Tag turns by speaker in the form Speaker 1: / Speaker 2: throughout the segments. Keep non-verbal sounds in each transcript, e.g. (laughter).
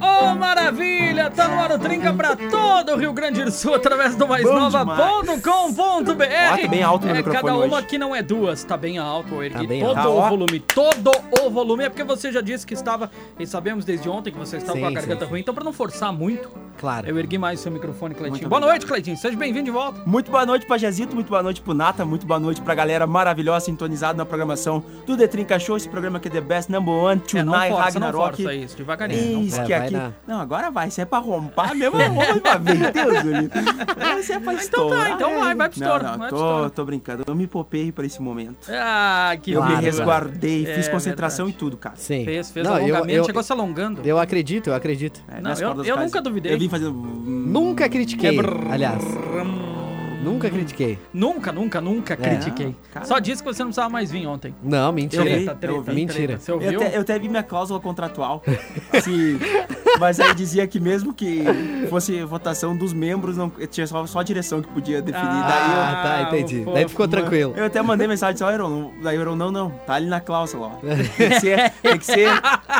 Speaker 1: Ô, maravilha! Tá no ar o Trinca pra todo o Rio Grande do Sul através do maisnova.com.br.
Speaker 2: Ó, tá bem alto no
Speaker 1: é,
Speaker 2: microfone
Speaker 1: Cada uma
Speaker 2: hoje.
Speaker 1: que não é duas, tá bem alto. Eu ergui
Speaker 2: Tá bem
Speaker 1: todo
Speaker 2: alto.
Speaker 1: o
Speaker 2: Tá, ó.
Speaker 1: volume, todo o volume. É porque você já disse que estava, e sabemos desde ontem que você estava
Speaker 2: Sim,
Speaker 1: com a
Speaker 2: sim,
Speaker 1: garganta
Speaker 2: sim.
Speaker 1: ruim, então pra não forçar muito,
Speaker 2: Claro.
Speaker 1: eu ergui mais o seu microfone, Cleitinho.
Speaker 2: Muito
Speaker 1: Boa
Speaker 2: obrigado.
Speaker 1: noite, Cleitinho. Seja bem-vindo de volta.
Speaker 2: Muito boa noite pra Jezito, muito boa noite pro Nata, muito boa noite pra galera maravilhosa sintonizada na programação do The Trinca Show, esse programa que é The Best Number One,
Speaker 1: É, não
Speaker 2: Tonight,
Speaker 1: força, não
Speaker 2: Ragnarok.
Speaker 1: força isso, devagarinho. não
Speaker 2: Eis
Speaker 1: força.
Speaker 2: que
Speaker 3: É, vai
Speaker 2: aqui.
Speaker 3: na-
Speaker 2: Não, agora vai, se é pra rompar mesmo, rompa pra ver, Deus do livro.
Speaker 1: (laughs)
Speaker 2: Esse é pra estourar.
Speaker 1: então vai, vai pro
Speaker 2: Não,
Speaker 1: estouro,
Speaker 2: Não,
Speaker 1: vai pro
Speaker 2: tô,
Speaker 1: estouro.
Speaker 2: tô brincando, eu me poupei pra esse momento.
Speaker 1: Ah, que
Speaker 2: Eu me
Speaker 3: Claro,
Speaker 1: horror.
Speaker 2: resguardei, fiz
Speaker 1: É
Speaker 2: concentração e tudo, cara.
Speaker 3: Sim.
Speaker 1: Fez, fez
Speaker 3: Não, eu-
Speaker 1: alongamento,
Speaker 3: eu-
Speaker 1: chegou se alongando.
Speaker 3: Eu acredito, eu acredito.
Speaker 2: É,
Speaker 1: Não,
Speaker 2: nas
Speaker 1: eu-
Speaker 2: cordas
Speaker 1: eu
Speaker 2: vocais.
Speaker 1: nunca duvidei.
Speaker 2: Eu vim um fazendo. Nunca.
Speaker 3: Nunca critiquei,
Speaker 1: É brrr.
Speaker 3: aliás. Nunca critiquei.
Speaker 1: Nunca, nunca,
Speaker 3: É.
Speaker 1: nunca critiquei.
Speaker 2: cara.
Speaker 1: Só disse que você não precisava mais vir ontem.
Speaker 3: Não, mentira.
Speaker 2: Eu vi.
Speaker 3: Mentira.
Speaker 1: Você
Speaker 2: Eu
Speaker 1: ouviu?
Speaker 2: até, eu até vi minha cláusula contratual. se- mas aí dizia que mesmo que fosse votação dos membros, não, tinha só, só a direção que podia definir.
Speaker 1: Ah,
Speaker 3: Ah, tá, entendi.
Speaker 1: fofo.
Speaker 3: Daí tu ficou tranquilo.
Speaker 2: daí eu, eu até mandei mensagem disse, ó, Euron, não- daí Euron, não, não, tá ali na cláusula, ó. Tem
Speaker 3: (laughs)
Speaker 2: que ser, tem que ser,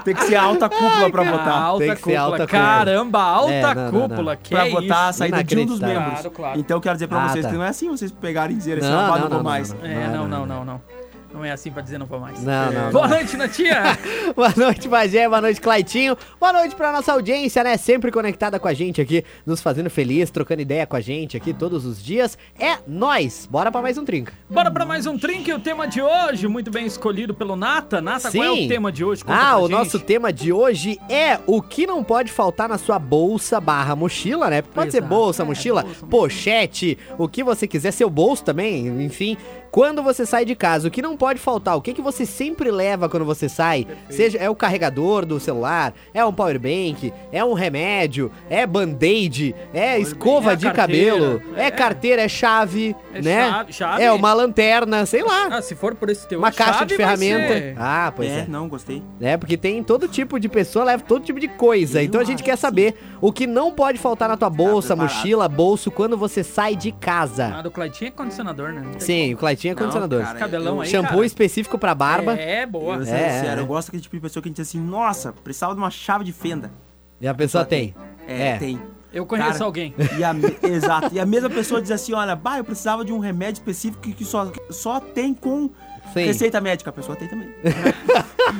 Speaker 2: tem que ser a alta cúpula pra
Speaker 1: Ah,
Speaker 2: votar.
Speaker 1: alta
Speaker 3: Tem que ser
Speaker 1: cúpula.
Speaker 3: alta cúpula.
Speaker 1: Caramba, alta
Speaker 3: É, não, não,
Speaker 1: cúpula.
Speaker 3: não.
Speaker 1: Que
Speaker 2: Pra
Speaker 1: é
Speaker 2: votar a
Speaker 1: isso?
Speaker 2: saída de um dos
Speaker 3: Inacreditável.
Speaker 2: membros.
Speaker 1: Claro, claro.
Speaker 2: Então eu quero dizer pra
Speaker 3: Ah,
Speaker 2: vocês
Speaker 3: tá.
Speaker 2: que não é assim vocês pegarem e dizerem assim,
Speaker 3: Não,
Speaker 2: não, não,
Speaker 3: não,
Speaker 2: vou
Speaker 3: não,
Speaker 2: mais.
Speaker 3: não,
Speaker 1: É, não, não, não, não. Não é assim pra dizer não vou mais.
Speaker 3: Não, não,
Speaker 1: Boa
Speaker 3: não.
Speaker 1: noite,
Speaker 3: (laughs)
Speaker 1: Natia.
Speaker 3: Boa noite, Bagé. Boa noite, Claitinho. Boa noite pra nossa audiência, né? Sempre conectada com a gente aqui, nos fazendo feliz, trocando ideia com a gente aqui todos os dias. É nós. Bora pra mais um trinca.
Speaker 1: Bora pra mais um trinque. O tema de hoje, muito bem escolhido pelo Nata. Nata, qual é o
Speaker 3: Sim.
Speaker 1: tema de hoje? Conta
Speaker 3: Ah,
Speaker 1: pra
Speaker 3: o
Speaker 1: gente.
Speaker 3: nosso tema de hoje é o que não pode faltar na sua bolsa barra mochila, né? Pode ser
Speaker 1: Exato.
Speaker 3: bolsa,
Speaker 1: É,
Speaker 3: mochila,
Speaker 1: bolsa, mochila.
Speaker 3: pochete, o que você quiser, seu bolso também, enfim. Quando você sai de casa, o que não pode faltar? O que, que você sempre leva quando você sai? Seja é o carregador do celular, é um power bank, é um remédio, é band-aid, é escova
Speaker 1: bank.
Speaker 3: de
Speaker 1: É a carteira,
Speaker 3: cabelo, é,
Speaker 1: é.
Speaker 3: carteira, é chave,
Speaker 1: É
Speaker 3: né?
Speaker 1: chave- chave?
Speaker 3: É uma lanterna, sei lá.
Speaker 1: Ah, se for por esse teu
Speaker 3: Uma caixa de ferramenta. Ah, pois
Speaker 2: É,
Speaker 3: é
Speaker 2: não, gostei.
Speaker 3: né? Porque tem todo tipo de pessoa, leva todo tipo de coisa.
Speaker 2: Eu
Speaker 3: então a gente
Speaker 2: acho
Speaker 3: quer
Speaker 2: que
Speaker 3: saber o que não pode faltar na tua bolsa,
Speaker 2: preparado.
Speaker 3: mochila, bolso quando você sai de casa.
Speaker 1: Ah, do Claitinho é condicionador, né? Não tem
Speaker 3: Sim, o Claitinho é
Speaker 2: Não,
Speaker 3: condicionador.
Speaker 2: cara,
Speaker 1: Cabelão
Speaker 2: eu-
Speaker 1: aí,
Speaker 3: Shampoo
Speaker 1: cara.
Speaker 3: específico pra barba.
Speaker 1: É, boa.
Speaker 2: Eu,
Speaker 3: É,
Speaker 2: sou sincero,
Speaker 3: é.
Speaker 2: eu gosto daquele tipo de pessoa que a gente diz assim, nossa, precisava de uma chave de fenda.
Speaker 3: E a pessoa tem.
Speaker 2: É,
Speaker 3: É.
Speaker 2: tem.
Speaker 1: Eu conheço
Speaker 2: Cara,
Speaker 1: alguém.
Speaker 2: E a, me- (laughs) exato. E a mesma pessoa diz assim, olha, bah, eu precisava de um remédio específico que só, que só tem com
Speaker 3: Sim.
Speaker 2: receita médica. A pessoa tem também.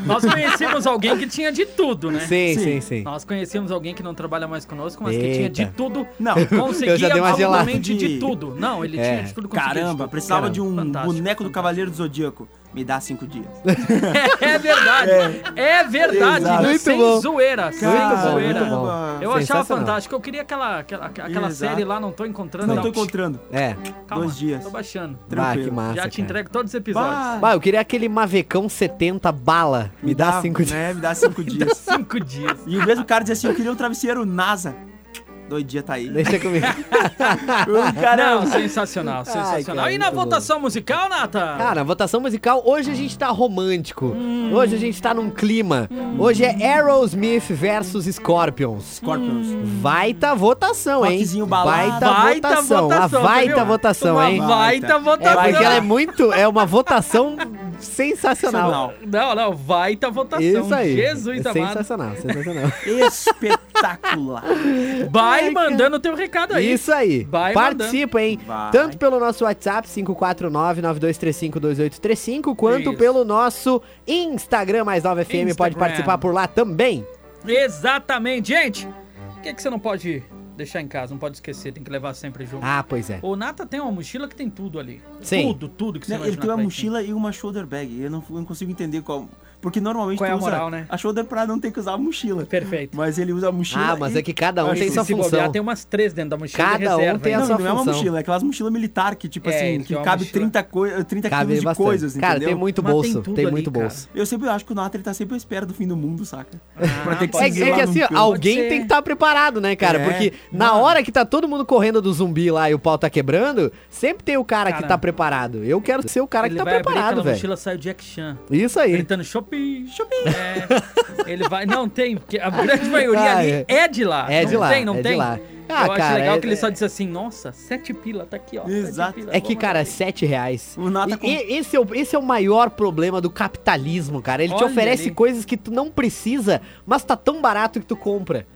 Speaker 1: Nós conhecemos alguém que tinha de tudo, né?
Speaker 3: Sim, sim, sim.
Speaker 1: Nós conhecemos alguém que não trabalha mais conosco, mas que tinha
Speaker 3: Eita.
Speaker 1: de tudo.
Speaker 2: Não.
Speaker 1: Conseguia
Speaker 3: (laughs) Eu já dei uma gelada.
Speaker 1: absolutamente de
Speaker 2: De-
Speaker 1: tudo. Não, ele
Speaker 3: É.
Speaker 1: tinha de tudo. conseguia
Speaker 2: Caramba,
Speaker 1: de tudo.
Speaker 2: precisava de um
Speaker 1: Fantástico,
Speaker 2: boneco do
Speaker 1: fantástico.
Speaker 2: Cavaleiro do Zodíaco. Me dá cinco dias.
Speaker 1: (laughs) É verdade. É verdade.
Speaker 2: Exato.
Speaker 3: Muito
Speaker 1: sem
Speaker 3: bom.
Speaker 1: zoeira. Sem
Speaker 2: Caramba.
Speaker 1: zoeira.
Speaker 3: muito bom.
Speaker 1: Eu achava
Speaker 3: Sensacional.
Speaker 1: fantástico. Eu queria aquela, aquela, aquela
Speaker 2: Exato.
Speaker 1: série lá, não tô encontrando.
Speaker 2: Não
Speaker 1: Dá
Speaker 2: tô
Speaker 1: um tch,
Speaker 2: encontrando.
Speaker 3: É.
Speaker 1: calma,
Speaker 2: dois dias.
Speaker 1: Tô baixando.
Speaker 3: Ah,
Speaker 2: Tranquilo.
Speaker 3: que massa.
Speaker 1: Já te
Speaker 3: cara.
Speaker 1: entrego todos os episódios.
Speaker 2: Bah,
Speaker 3: Bah, eu queria aquele Mavecão 70 bala. Me, dá, cinco dias.
Speaker 2: Né, me dá
Speaker 3: (laughs)
Speaker 2: cinco dias.
Speaker 1: Cinco dias.
Speaker 2: E o mesmo cara diz assim, eu queria um travesseiro NASA. Dois dias tá aí.
Speaker 3: Deixa comigo.
Speaker 1: (laughs)
Speaker 2: O
Speaker 1: Não,
Speaker 2: cara...
Speaker 1: sensacional, sensacional.
Speaker 3: cara,
Speaker 1: e na
Speaker 3: muito bom. Ah,
Speaker 1: votação musical, Nata?
Speaker 3: Cara, votação musical, hoje a gente tá romântico. Hoje a gente tá num clima. Hoje é Aerosmith versus Scorpions.
Speaker 2: Scorpions.
Speaker 3: Vai tá votação, hein?
Speaker 2: Rockzinho balado.
Speaker 3: Vai tá votação.
Speaker 1: votação,
Speaker 3: a vai
Speaker 1: tá
Speaker 3: tá
Speaker 1: viu?
Speaker 3: votação,
Speaker 1: Uma
Speaker 3: hein?
Speaker 1: Vai tá
Speaker 3: É
Speaker 1: votação.
Speaker 3: porque ela é muito. É uma votação sensacional.
Speaker 2: Sensacional.
Speaker 1: Não, não, vai tá votação.
Speaker 3: Isso aí. É
Speaker 1: Jesus amado.
Speaker 3: sensacional, sensacional.
Speaker 2: Espetacular.
Speaker 1: Vai
Speaker 3: Ai,
Speaker 1: mandando o teu recado aí.
Speaker 3: Isso
Speaker 1: Então
Speaker 3: aí.
Speaker 1: é Vai
Speaker 3: Participa, hein?
Speaker 2: Vai.
Speaker 3: Tanto pelo nosso WhatsApp, 549-9235-2835, quanto
Speaker 1: Isso.
Speaker 3: pelo nosso Instagram, mais 9FM. Pode
Speaker 1: Instagram.
Speaker 3: participar por lá também.
Speaker 1: Exatamente. Gente, o que, que você não pode deixar em casa? Não pode esquecer, tem que levar sempre junto.
Speaker 3: Ah, pois é.
Speaker 1: O Nata tem uma mochila que tem tudo ali.
Speaker 3: Sim.
Speaker 1: Tudo, tudo que você
Speaker 2: Né,
Speaker 1: vai
Speaker 2: ele tem uma mochila e uma shoulder bag. Eu não, eu não consigo entender qual. Porque normalmente
Speaker 1: Qual é
Speaker 2: tu
Speaker 1: a
Speaker 2: usa
Speaker 1: moral, né?
Speaker 2: a shoulder pra não ter que usar a mochila.
Speaker 1: Perfeito.
Speaker 2: Mas ele usa a mochila.
Speaker 3: Ah, mas
Speaker 2: e-
Speaker 3: é que cada um
Speaker 2: Acho
Speaker 3: tem
Speaker 2: que
Speaker 3: sua
Speaker 1: Se bobear,
Speaker 3: função.
Speaker 1: tem umas três dentro da mochila.
Speaker 3: Cada
Speaker 1: e reserva,
Speaker 3: um tem
Speaker 1: hein?
Speaker 3: a
Speaker 2: Não,
Speaker 3: sua
Speaker 2: não é uma
Speaker 3: função.
Speaker 2: mochila, é aquelas mochilas militar que, tipo
Speaker 1: É, ele
Speaker 2: assim,
Speaker 1: tem
Speaker 2: que
Speaker 1: uma
Speaker 2: cabe
Speaker 1: mochila.
Speaker 2: 30, coi- 30
Speaker 3: Cabe
Speaker 2: quilos de
Speaker 3: bastante.
Speaker 2: coisas,
Speaker 3: cara,
Speaker 2: entendeu?
Speaker 3: tem muito
Speaker 1: Mas tem
Speaker 3: bolso,
Speaker 1: tudo
Speaker 3: tem,
Speaker 1: ali,
Speaker 3: muito
Speaker 1: cara.
Speaker 3: bolso.
Speaker 2: Eu sempre acho que o Nathan ele tá sempre à espera do fim do mundo, saca?
Speaker 1: Ah,
Speaker 2: pra ter que
Speaker 1: pode
Speaker 3: É,
Speaker 2: se
Speaker 3: é
Speaker 2: exilar
Speaker 3: que
Speaker 2: num
Speaker 3: assim,
Speaker 2: canto.
Speaker 3: alguém
Speaker 1: ser.
Speaker 3: tem que estar preparado, né, cara?
Speaker 2: É,
Speaker 3: Porque na hora que tá todo mundo correndo do zumbi lá e o pau tá quebrando, sempre tem o cara que
Speaker 1: Cara.
Speaker 3: tá preparado. Eu quero ser o cara
Speaker 1: ele
Speaker 3: que tá
Speaker 1: vai abrir
Speaker 3: preparado,
Speaker 1: aquela
Speaker 3: velho.
Speaker 1: mochila sai o Jack Chan. tá
Speaker 3: Isso aí.
Speaker 1: Gritando shopping, shopping. É, ele vai. Não tem, porque a grande maioria
Speaker 3: Ah,
Speaker 1: ali
Speaker 3: é.
Speaker 1: é de lá.
Speaker 3: É de
Speaker 1: não
Speaker 3: lá,
Speaker 1: Tem, não
Speaker 3: é de
Speaker 1: tem,
Speaker 3: lá. Ah,
Speaker 1: eu acho
Speaker 3: cara,
Speaker 1: legal
Speaker 3: é-
Speaker 1: que ele só disse assim, nossa, sete pila, tá aqui, ó. sete
Speaker 2: Exato.
Speaker 1: pila,
Speaker 3: É que,
Speaker 1: vamos
Speaker 3: cara,
Speaker 1: abrir.
Speaker 3: 7 reais.
Speaker 2: O
Speaker 1: Ah,
Speaker 2: Nata
Speaker 1: tá
Speaker 3: E-
Speaker 2: com-
Speaker 3: e- esse, é o, esse é o maior problema do capitalismo, cara. Ele te
Speaker 1: Olha
Speaker 3: oferece
Speaker 1: ali.
Speaker 3: coisas que tu não precisa, mas tá tão barato que tu compra.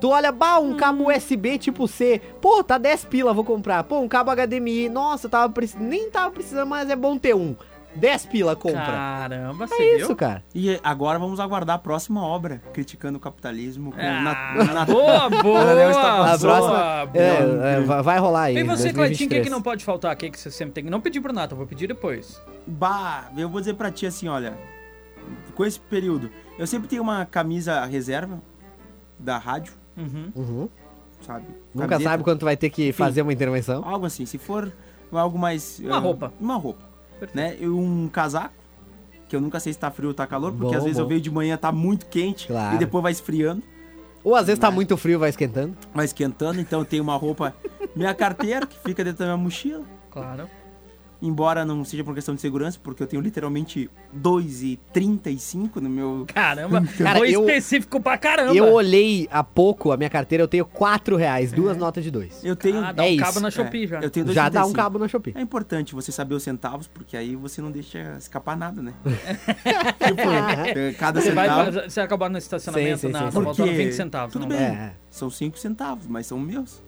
Speaker 3: Tu olha, bah, um
Speaker 1: Hum.
Speaker 3: cabo USB tipo C. Pô, tá 10 pila, vou comprar. Pô, um cabo HDMI. Nossa, tava preci- nem tava precisando, mas é bom ter um. 10 pila, compra.
Speaker 1: Caramba, você
Speaker 3: é
Speaker 1: viu?
Speaker 3: isso, cara.
Speaker 2: E agora vamos aguardar a próxima obra, criticando o capitalismo. com
Speaker 1: Ah,
Speaker 2: na- na-
Speaker 1: boa,
Speaker 3: (laughs)
Speaker 2: Anel
Speaker 1: boa!
Speaker 2: está
Speaker 3: A
Speaker 2: Passou,
Speaker 3: próxima. é, é, vai vai rolar aí.
Speaker 1: E você, Cleitinho, o que,
Speaker 3: 2023.
Speaker 1: que não pode faltar aqui que você sempre tem? Não pedi pro Nato, eu vou pedir depois.
Speaker 2: Bah, eu vou dizer pra ti assim, olha. Com esse período, eu sempre tenho uma camisa reserva da rádio,
Speaker 1: Uhum.
Speaker 3: Uhum.
Speaker 2: sabe?
Speaker 3: Nunca
Speaker 2: Camiseta,
Speaker 3: sabe quando tu vai ter que fazer uma intervenção.
Speaker 2: Algo assim, se for algo mais.
Speaker 1: Uma
Speaker 2: eh,
Speaker 1: roupa.
Speaker 2: Uma roupa.
Speaker 1: Perfeito.
Speaker 2: Né? E um casaco, que eu nunca sei se tá frio ou tá calor, porque
Speaker 3: Bom,
Speaker 2: às vezes eu
Speaker 3: bom.
Speaker 2: vejo de manhã tá muito quente
Speaker 3: Claro.
Speaker 2: e depois vai esfriando,
Speaker 3: Ou às vezes tá
Speaker 2: Mas-
Speaker 3: muito frio, vai esquentando.
Speaker 2: vai esquentando, então eu tenho uma roupa. (laughs) Minha carteira, que fica dentro da minha mochila.
Speaker 1: Claro.
Speaker 2: Embora não seja por questão de segurança, porque eu tenho literalmente 2,35 no meu.
Speaker 1: Caramba,
Speaker 3: (laughs) Cara,
Speaker 1: foi
Speaker 3: eu-
Speaker 1: específico pra caramba. Ah,
Speaker 3: Eu olhei há pouco a minha carteira, eu tenho 4 reais, duas notas de dois.
Speaker 2: Eu tenho.
Speaker 1: Ah, dá
Speaker 3: É
Speaker 1: um
Speaker 3: isso,
Speaker 1: cabo na
Speaker 2: é,
Speaker 1: Shopee já.
Speaker 2: Eu tenho
Speaker 3: Já dá um
Speaker 2: 2,35.
Speaker 3: cabo na (laughs) Shopee.
Speaker 2: É importante você saber os centavos, porque aí você não deixa escapar nada,
Speaker 3: (laughs)
Speaker 2: né?
Speaker 3: É.
Speaker 1: É.
Speaker 2: tipo, eh, cada
Speaker 1: Você vai
Speaker 2: centavo.
Speaker 1: pra- você vai acabar no estacionamento
Speaker 3: Sim, sim,
Speaker 1: na
Speaker 3: sim,
Speaker 1: na
Speaker 3: sim.
Speaker 1: volta
Speaker 2: Porque-
Speaker 1: 20 Tá centavos.
Speaker 2: Tudo
Speaker 1: não
Speaker 2: bem.
Speaker 1: dá.
Speaker 3: É.
Speaker 2: São 5 centavos, mas são meus.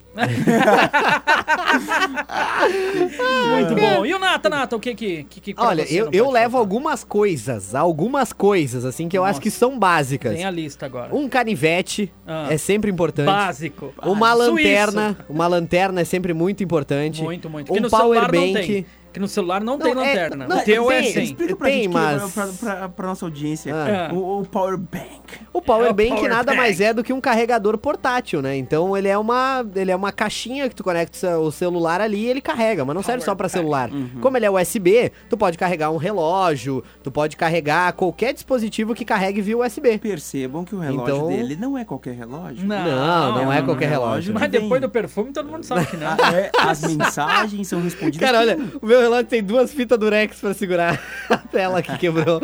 Speaker 1: Muito bom. E o Nata, Nata, o que que... que, que pra
Speaker 3: Olha,
Speaker 1: você
Speaker 3: eu,
Speaker 1: não
Speaker 3: eu
Speaker 1: pode
Speaker 3: levo
Speaker 1: faltar?
Speaker 3: algumas coisas, algumas coisas, assim, que eu acho que são básicas.
Speaker 1: Tem a lista agora.
Speaker 3: Um canivete
Speaker 1: Ah.
Speaker 3: é sempre importante.
Speaker 1: Básico. Ah,
Speaker 3: Uma
Speaker 1: Suíço.
Speaker 3: lanterna, uma lanterna é sempre muito importante.
Speaker 1: Muito, muito.
Speaker 3: Um
Speaker 1: no
Speaker 3: power
Speaker 1: celular não
Speaker 3: bank.
Speaker 1: tem. Que no celular não,
Speaker 3: Não,
Speaker 1: tem
Speaker 3: é-
Speaker 1: lanterna.
Speaker 3: não,
Speaker 1: o teu é
Speaker 3: tem,
Speaker 1: sem.
Speaker 3: eles-
Speaker 2: Explica pra
Speaker 3: Tem,
Speaker 2: gente, que-
Speaker 3: mas-
Speaker 2: pra, pra, pra nossa audiência,
Speaker 3: Ah.
Speaker 2: o, o Power Bank.
Speaker 3: O power
Speaker 1: É o
Speaker 3: bank
Speaker 1: power
Speaker 3: nada
Speaker 1: bank.
Speaker 3: mais é do que um carregador portátil, né? Então ele é uma, ele é uma caixinha que tu conecta o celular ali e ele carrega, mas não serve só pra celular.
Speaker 1: Uhum.
Speaker 3: Como ele é USB, tu pode carregar um relógio, tu pode carregar qualquer dispositivo que carregue via USB.
Speaker 2: Percebam que o relógio
Speaker 3: Então-
Speaker 2: dele não é qualquer relógio.
Speaker 3: Não, não, é
Speaker 2: não,
Speaker 3: qualquer
Speaker 2: não,
Speaker 3: relógio.
Speaker 2: não.
Speaker 1: Mas depois
Speaker 2: Vem.
Speaker 1: do perfume todo mundo sabe que
Speaker 3: (laughs)
Speaker 1: não.
Speaker 2: Ah, é, as mensagens são respondidas.
Speaker 3: Cara, olha,
Speaker 2: por-
Speaker 3: o meu relógio tem duas fitas durex pra segurar (laughs) a tela
Speaker 2: (laughs)
Speaker 3: que quebrou.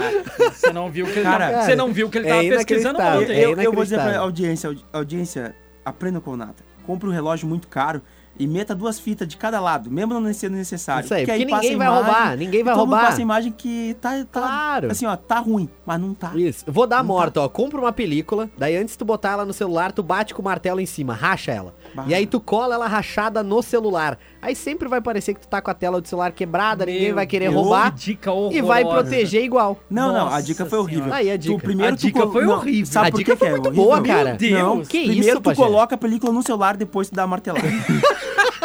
Speaker 1: Você não viu que ele
Speaker 2: Cara,
Speaker 1: tava, você não viu que ele
Speaker 3: é
Speaker 1: tava pesquisando
Speaker 3: inacreditável.
Speaker 1: ontem.
Speaker 3: É
Speaker 2: eu, eu vou dizer pra
Speaker 3: inacreditável.
Speaker 2: audiência, audi- audiência, aprenda com o Nata. Compre um relógio muito caro e meta duas fitas de cada lado, mesmo não sendo necessário.
Speaker 3: Isso aí,
Speaker 2: aí
Speaker 3: porque
Speaker 2: passa
Speaker 3: ninguém
Speaker 2: a
Speaker 3: vai roubar, ninguém
Speaker 2: e
Speaker 3: vai
Speaker 2: todo mundo
Speaker 3: roubar.
Speaker 2: passa a imagem que tá, tá-
Speaker 3: Claro.
Speaker 2: assim, ó, tá ruim, mas não tá.
Speaker 3: Isso. Vou dar a morta, ó. Compra uma película, daí antes tu botar ela no celular, tu bate com o martelo em cima, racha ela.
Speaker 2: Bah.
Speaker 3: E aí tu cola ela rachada no celular. Aí sempre vai parecer que tu tá com a tela do celular quebrada, ninguém
Speaker 1: Meu
Speaker 3: vai querer
Speaker 1: Deus,
Speaker 3: roubar
Speaker 1: que dica
Speaker 3: e vai
Speaker 1: horrorosa.
Speaker 3: proteger igual.
Speaker 2: Não, não, a
Speaker 1: Nossa
Speaker 2: dica foi horrível.
Speaker 1: senhora.
Speaker 3: Aí a
Speaker 2: Tu,
Speaker 3: dica.
Speaker 2: primeiro
Speaker 1: A
Speaker 2: tu
Speaker 1: dica
Speaker 2: colo-
Speaker 1: foi
Speaker 2: não,
Speaker 1: horrível.
Speaker 2: Sabe
Speaker 3: A
Speaker 2: por
Speaker 3: dica
Speaker 2: que que
Speaker 3: foi
Speaker 2: é
Speaker 3: muito
Speaker 2: horrível?
Speaker 3: boa, cara.
Speaker 1: Deus,
Speaker 2: Não,
Speaker 3: que
Speaker 2: primeiro
Speaker 3: isso,
Speaker 2: tu
Speaker 3: Pajé?
Speaker 2: coloca a película no celular, depois tu dá a martelada. (laughs)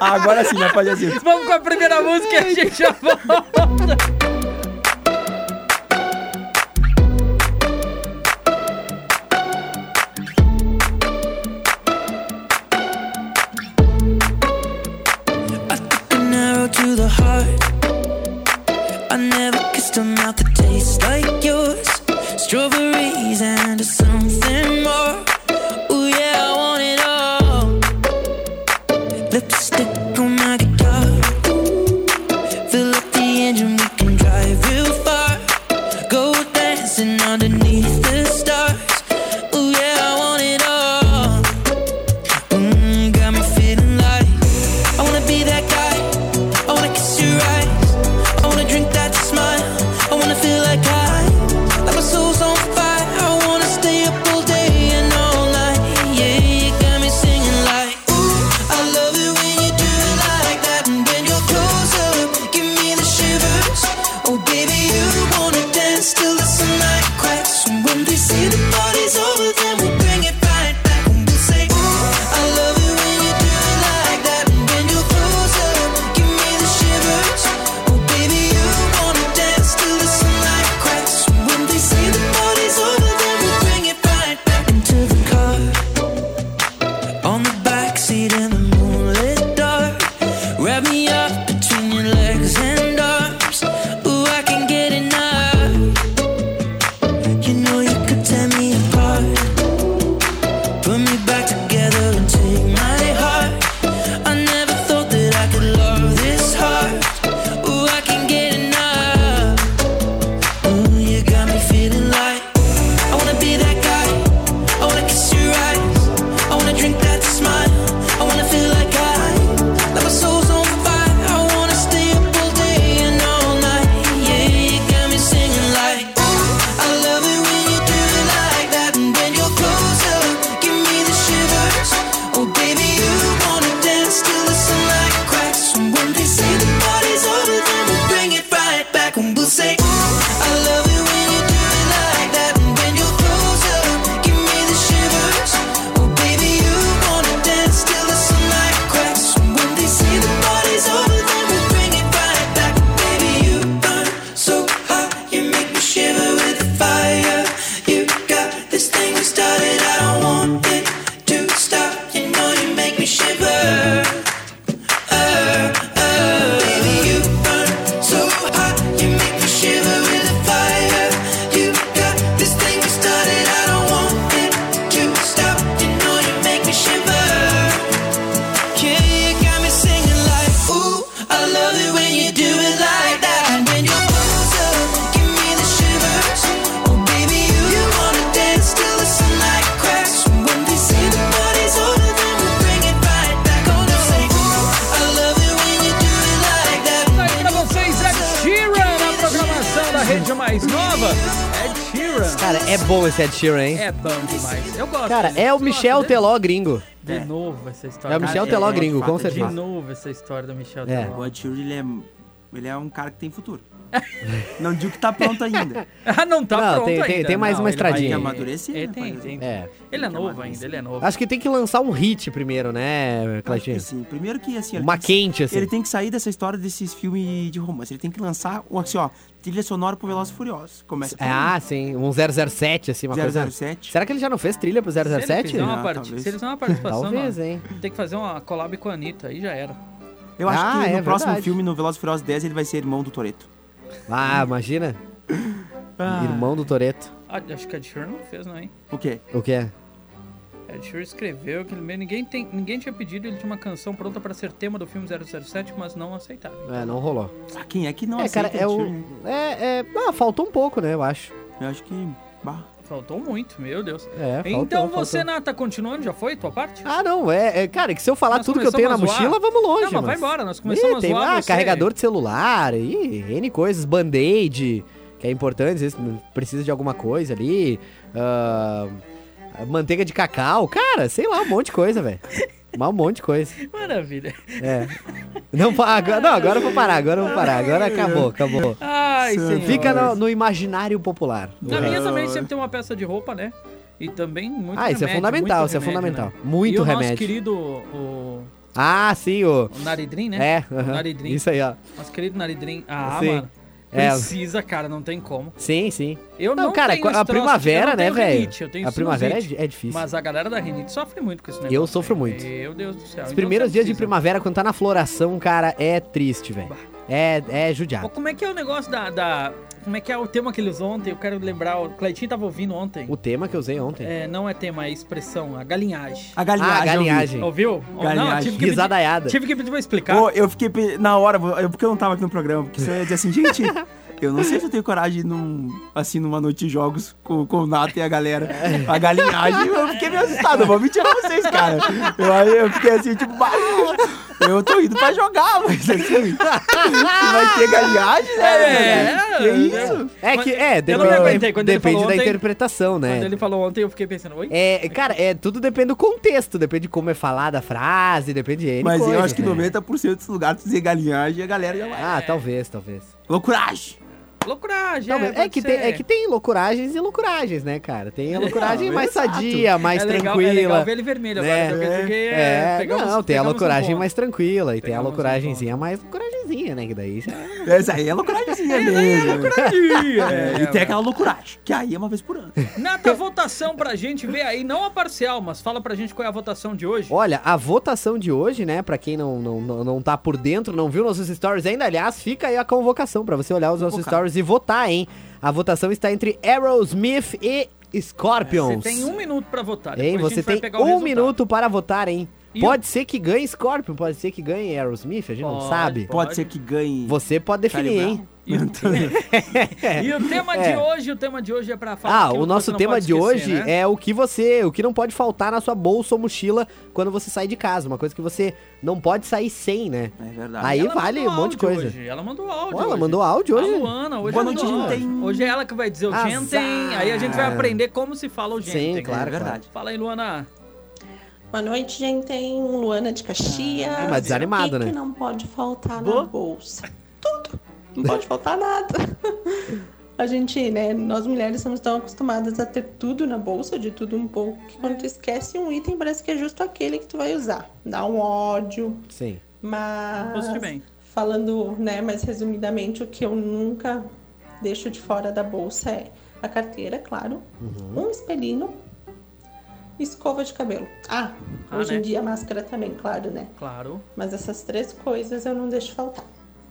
Speaker 2: Agora sim, vai fazer assim.
Speaker 1: Vamos com a primeira música e a gente já volta.
Speaker 4: an arrow to the heart. I never kissed a mouth that tastes like yours. Strawberries and something more. Ooh, yeah, I want it all. Lipstick on my guitar. Fill up the engine, we can drive real far. Go dancing underneath the stars. Ooh, yeah, I want it all. Mm, got me feeling like I wanna be that guy. I wanna kiss your eyes. I wanna drink that smile. I wanna feel like I, like my soul's on fire.
Speaker 5: Oh, Oh, Mm, "Oh, Oh, Oh, Oh,
Speaker 1: Tá é Sheeran.
Speaker 3: Cara, é bom esse Ed Sheeran, hein?
Speaker 1: É bom demais. Eu gosto. né?
Speaker 3: Cara, é o
Speaker 1: gosto
Speaker 3: Michel
Speaker 1: dele.
Speaker 3: Teló gringo.
Speaker 1: De
Speaker 2: É.
Speaker 1: novo essa história.
Speaker 3: É o Michel
Speaker 2: né? é,
Speaker 3: Teló
Speaker 2: é, de
Speaker 3: gringo,
Speaker 2: fato,
Speaker 3: com
Speaker 2: é
Speaker 1: De
Speaker 3: certeza.
Speaker 1: novo essa história do Michel
Speaker 2: O
Speaker 3: É.
Speaker 1: Teló. (laughs)
Speaker 2: Ed Sheeran, ele é, ele é um cara que tem futuro. Não digo que tá pronto ainda.
Speaker 1: Ah, não tá
Speaker 3: Não,
Speaker 1: pronto
Speaker 3: tem-
Speaker 1: ainda.
Speaker 3: tem- tem mais
Speaker 1: Não,
Speaker 3: uma
Speaker 1: ele vai-
Speaker 3: estradinha.
Speaker 2: Tem que amadurecer,
Speaker 1: É,
Speaker 2: né,
Speaker 1: tem,
Speaker 2: pai?
Speaker 1: tem.
Speaker 3: É.
Speaker 1: Ele é
Speaker 2: que
Speaker 1: novo
Speaker 2: amadurecer.
Speaker 1: ainda, ele é novo.
Speaker 3: Acho que tem que lançar um hit primeiro, né, Claudinho?
Speaker 2: Assim, primeiro que assim, ele
Speaker 3: Uma
Speaker 2: tem que-
Speaker 3: quente, assim.
Speaker 2: Ele tem que sair dessa história desses filmes de romance. Ele tem que lançar, um, assim, ó, trilha sonora pro Velozes e Furiosos. Começa por
Speaker 3: Ah, sim, um 007, assim, uma coisa.
Speaker 2: 007.
Speaker 3: Será que ele já não fez trilha pro
Speaker 1: Se ele
Speaker 3: 007?
Speaker 1: fizer uma
Speaker 2: Ah,
Speaker 1: parti-
Speaker 2: talvez.
Speaker 1: Se eles fizer uma participação,
Speaker 3: Talvez,
Speaker 1: mano,
Speaker 3: hein?
Speaker 1: tem que fazer uma collab com a Anitta, aí já era.
Speaker 2: Eu acho
Speaker 3: Ah,
Speaker 2: que no
Speaker 3: é
Speaker 2: próximo
Speaker 3: verdade.
Speaker 2: filme, no Velozes e Furiosos 10, ele vai ser irmão do Toreto.
Speaker 3: Ah, imagina. Irmão do Toreto.
Speaker 1: Ah, acho que a Ed Sheeran não fez, não, hein?
Speaker 2: O quê?
Speaker 3: O que é?
Speaker 1: A Ed Sheeran escreveu aquele meio. Ninguém, tem... Ninguém tinha pedido ele tinha uma canção pronta pra ser tema do filme 007, mas não aceitaram.
Speaker 3: É, não rolou.
Speaker 2: Ah, quem é que não
Speaker 3: é, cara,
Speaker 2: aceita
Speaker 3: é
Speaker 2: Ed
Speaker 3: o.
Speaker 2: Sheeran?
Speaker 3: É, é. Ah, faltou um pouco, né, eu acho.
Speaker 2: Eu acho que... Bah.
Speaker 1: Faltou muito, meu Deus.
Speaker 3: É, faltou,
Speaker 1: então você,
Speaker 3: faltou.
Speaker 1: Nata, continuando, já foi tua parte?
Speaker 3: Ah, não, é, é, Cara, que se eu falar
Speaker 1: Nós
Speaker 3: tudo que eu tenho na
Speaker 1: começamos a zoar.
Speaker 3: mochila, vamos longe,
Speaker 1: não, mas vai
Speaker 3: mano.
Speaker 1: embora, nós começamos
Speaker 3: Ih,
Speaker 1: a
Speaker 3: tem,
Speaker 1: zoar
Speaker 3: ah,
Speaker 1: você.
Speaker 3: carregador de celular, e N coisas, band-aid, que é importante, às vezes precisa de alguma coisa ali. ah, manteiga de cacau, cara, sei lá, um monte de coisa, velho. Mas um monte de coisa.
Speaker 1: Maravilha.
Speaker 3: É. Não, fa- agora, não, agora eu vou parar, agora eu vou parar, agora acabou, acabou.
Speaker 1: Ai, senhor.
Speaker 3: Fica no, no imaginário popular.
Speaker 1: Na minha também sempre tem uma peça de roupa, né? E também muito
Speaker 3: Ah, isso é
Speaker 1: remédio,
Speaker 3: fundamental,
Speaker 1: muito
Speaker 3: isso é
Speaker 1: remédio,
Speaker 3: fundamental.
Speaker 1: né?
Speaker 3: Muito
Speaker 1: e o nosso
Speaker 3: remédio.
Speaker 1: querido o,
Speaker 3: Ah, sim, o.
Speaker 1: o Naridrim, né?
Speaker 3: É, aham,
Speaker 1: Naridrim.
Speaker 3: isso aí, ó.
Speaker 1: Nosso querido Naridrim. Ah,
Speaker 3: Sim.
Speaker 1: mano.
Speaker 3: É.
Speaker 1: Precisa, cara, não tem como.
Speaker 3: Sim, sim.
Speaker 1: Eu
Speaker 3: Não,
Speaker 1: não,
Speaker 3: cara,
Speaker 1: tenho esse
Speaker 3: a
Speaker 1: troço, eu
Speaker 3: primavera,
Speaker 1: não
Speaker 3: né,
Speaker 1: tenho
Speaker 3: velho?
Speaker 1: rinite, eu tenho
Speaker 3: A primavera é,
Speaker 1: sinusite.
Speaker 3: di- é difícil.
Speaker 1: Mas a galera da rinite sofre muito com esse negócio.
Speaker 3: Eu sofro
Speaker 1: velho.
Speaker 3: muito.
Speaker 1: Meu Deus do céu.
Speaker 3: Os
Speaker 1: Então
Speaker 3: primeiros
Speaker 1: você
Speaker 3: dias de
Speaker 1: precisa.
Speaker 3: primavera, quando tá na floração, cara, é triste, velho.
Speaker 1: Bah.
Speaker 3: É, é
Speaker 1: Pô,
Speaker 3: judiado.
Speaker 1: como é que é o negócio da, da- Como é que é o tema que eles ontem? Eu quero lembrar. O Cleitinho tava ouvindo ontem.
Speaker 3: O tema que eu usei ontem. (laughs)
Speaker 1: É, não é tema, é expressão, a galinhagem.
Speaker 2: A galinhagem.
Speaker 3: ah,
Speaker 2: eu vi.
Speaker 3: galinhagem.
Speaker 1: Ouviu? Não, eu
Speaker 2: Galinhagem.
Speaker 1: tive que pedir,
Speaker 3: Risadaiada.
Speaker 1: tive que pedir pra explicar.
Speaker 2: Pô, eu fiquei pe- na hora, eu- porque eu não tava aqui no programa, porque você ia dizer
Speaker 3: (laughs)
Speaker 2: assim, gente, eu não sei se eu tenho coragem num, assim, numa noite de jogos com, com o Nato e a galera. A galinhagem, eu fiquei meio assustado, eu vou mentir pra vocês, cara. Eu, aí eu fiquei assim, tipo, "Bah, eu tô indo pra jogar, mas assim, vai ter galinhagem, né?
Speaker 1: É,
Speaker 2: que isso?
Speaker 3: É que, é,
Speaker 1: Eu não me
Speaker 3: depende-
Speaker 1: aguentei quando ele
Speaker 3: depende
Speaker 1: falou
Speaker 3: da
Speaker 1: ontem-
Speaker 3: interpretação, né?
Speaker 1: Quando ele falou ontem, eu fiquei pensando, oi?
Speaker 3: É, cara, é, tudo depende do contexto, depende de como é falada a frase, depende de N
Speaker 2: Mas eu
Speaker 3: coisas,
Speaker 2: acho que
Speaker 3: né?
Speaker 2: 90% dos lugares dizer galinhagem, a galera já vai.
Speaker 3: Ah, talvez, talvez.
Speaker 2: Loucuragem!
Speaker 1: Loucuragem,
Speaker 3: Talvez. É,
Speaker 1: pode
Speaker 3: que
Speaker 1: ser.
Speaker 3: tem, é que tem loucuragens e loucuragens, né, cara? Tem a loucuragem
Speaker 2: Não,
Speaker 3: mais
Speaker 2: exato.
Speaker 3: sadia, mais
Speaker 1: É legal,
Speaker 3: tranquila.
Speaker 1: É legal ver ele vermelho agora.
Speaker 3: né?
Speaker 1: então eu pensei que,
Speaker 3: É,
Speaker 1: pegamos-
Speaker 3: não, tem a
Speaker 1: pegamos um
Speaker 3: loucuragem
Speaker 1: ponto.
Speaker 3: mais tranquila e tem a
Speaker 1: Pegamos um
Speaker 3: loucuragenzinha mais loucuragenzinha, né? Que daí já...
Speaker 2: Essa aí é loucuragemzinha mesmo.
Speaker 3: (laughs)
Speaker 2: É, e tem aquela loucuragem, que aí é uma vez por ano.
Speaker 1: Nata, votação pra gente ver aí, não a parcial, mas fala pra gente qual é a votação de hoje.
Speaker 3: Olha, a votação de hoje, né? Pra quem não, não, não, não tá por dentro, não viu nossos stories ainda, aliás, fica aí a convocação pra você olhar os nossos
Speaker 2: Convocado.
Speaker 3: stories e votar, hein? A votação está entre Aerosmith e Scorpions.
Speaker 1: Você tem um minuto pra votar.
Speaker 3: Hein,
Speaker 1: depois a
Speaker 3: você
Speaker 1: gente vai
Speaker 3: tem
Speaker 1: pegar o
Speaker 3: um
Speaker 1: resultado.
Speaker 3: minuto para votar, hein?
Speaker 1: E
Speaker 3: pode ser que ganhe Scorpion, pode ser que ganhe Aerosmith, a gente não
Speaker 1: Pode,
Speaker 3: sabe.
Speaker 1: pode.
Speaker 2: Pode ser que ganhe.
Speaker 3: Você pode definir,
Speaker 2: Charlie
Speaker 3: hein? (laughs)
Speaker 1: E o, (laughs) e o tema de
Speaker 3: É.
Speaker 1: hoje, o tema de hoje é pra falar.
Speaker 3: Ah, o nosso tema de hoje
Speaker 1: né?
Speaker 3: é o que você, o que não pode faltar na sua bolsa ou mochila quando você sai de casa, uma coisa que você não pode sair sem, né?
Speaker 2: É verdade.
Speaker 3: Aí vale um monte de coisa.
Speaker 1: Ela mandou áudio.
Speaker 3: Ó, ela
Speaker 1: hoje.
Speaker 3: mandou áudio hoje?
Speaker 1: A Luana, hoje
Speaker 2: Boa
Speaker 1: ela
Speaker 2: noite,
Speaker 1: mandou
Speaker 2: gente.
Speaker 1: áudio. Hoje é ela que vai dizer o
Speaker 3: Azar.
Speaker 1: gente. Aí a gente vai aprender como se fala o gente.
Speaker 3: Sim, claro,
Speaker 2: é verdade.
Speaker 1: Fala aí, Luana.
Speaker 5: Boa noite, gente. Tem Luana de Caxias.
Speaker 3: Ah, mas desanimado,
Speaker 5: o que
Speaker 3: né?
Speaker 5: que não pode faltar
Speaker 2: Boa.
Speaker 5: na bolsa? Tudo. Não pode faltar nada. A gente, né, nós mulheres somos tão acostumadas a ter tudo na bolsa, de tudo um pouco, que quando tu esquece um item, parece que é justo aquele que tu vai usar. Dá um ódio,
Speaker 3: Sim.
Speaker 5: mas...
Speaker 1: Fosse bem.
Speaker 5: Falando, né, mais resumidamente, o que eu nunca deixo de fora da bolsa é a carteira, claro, um espelhinho, escova de cabelo. Ah,
Speaker 1: Ah,
Speaker 5: hoje
Speaker 1: né?
Speaker 5: em dia máscara também, claro, né?
Speaker 1: Claro.
Speaker 5: Mas essas três coisas eu não deixo faltar.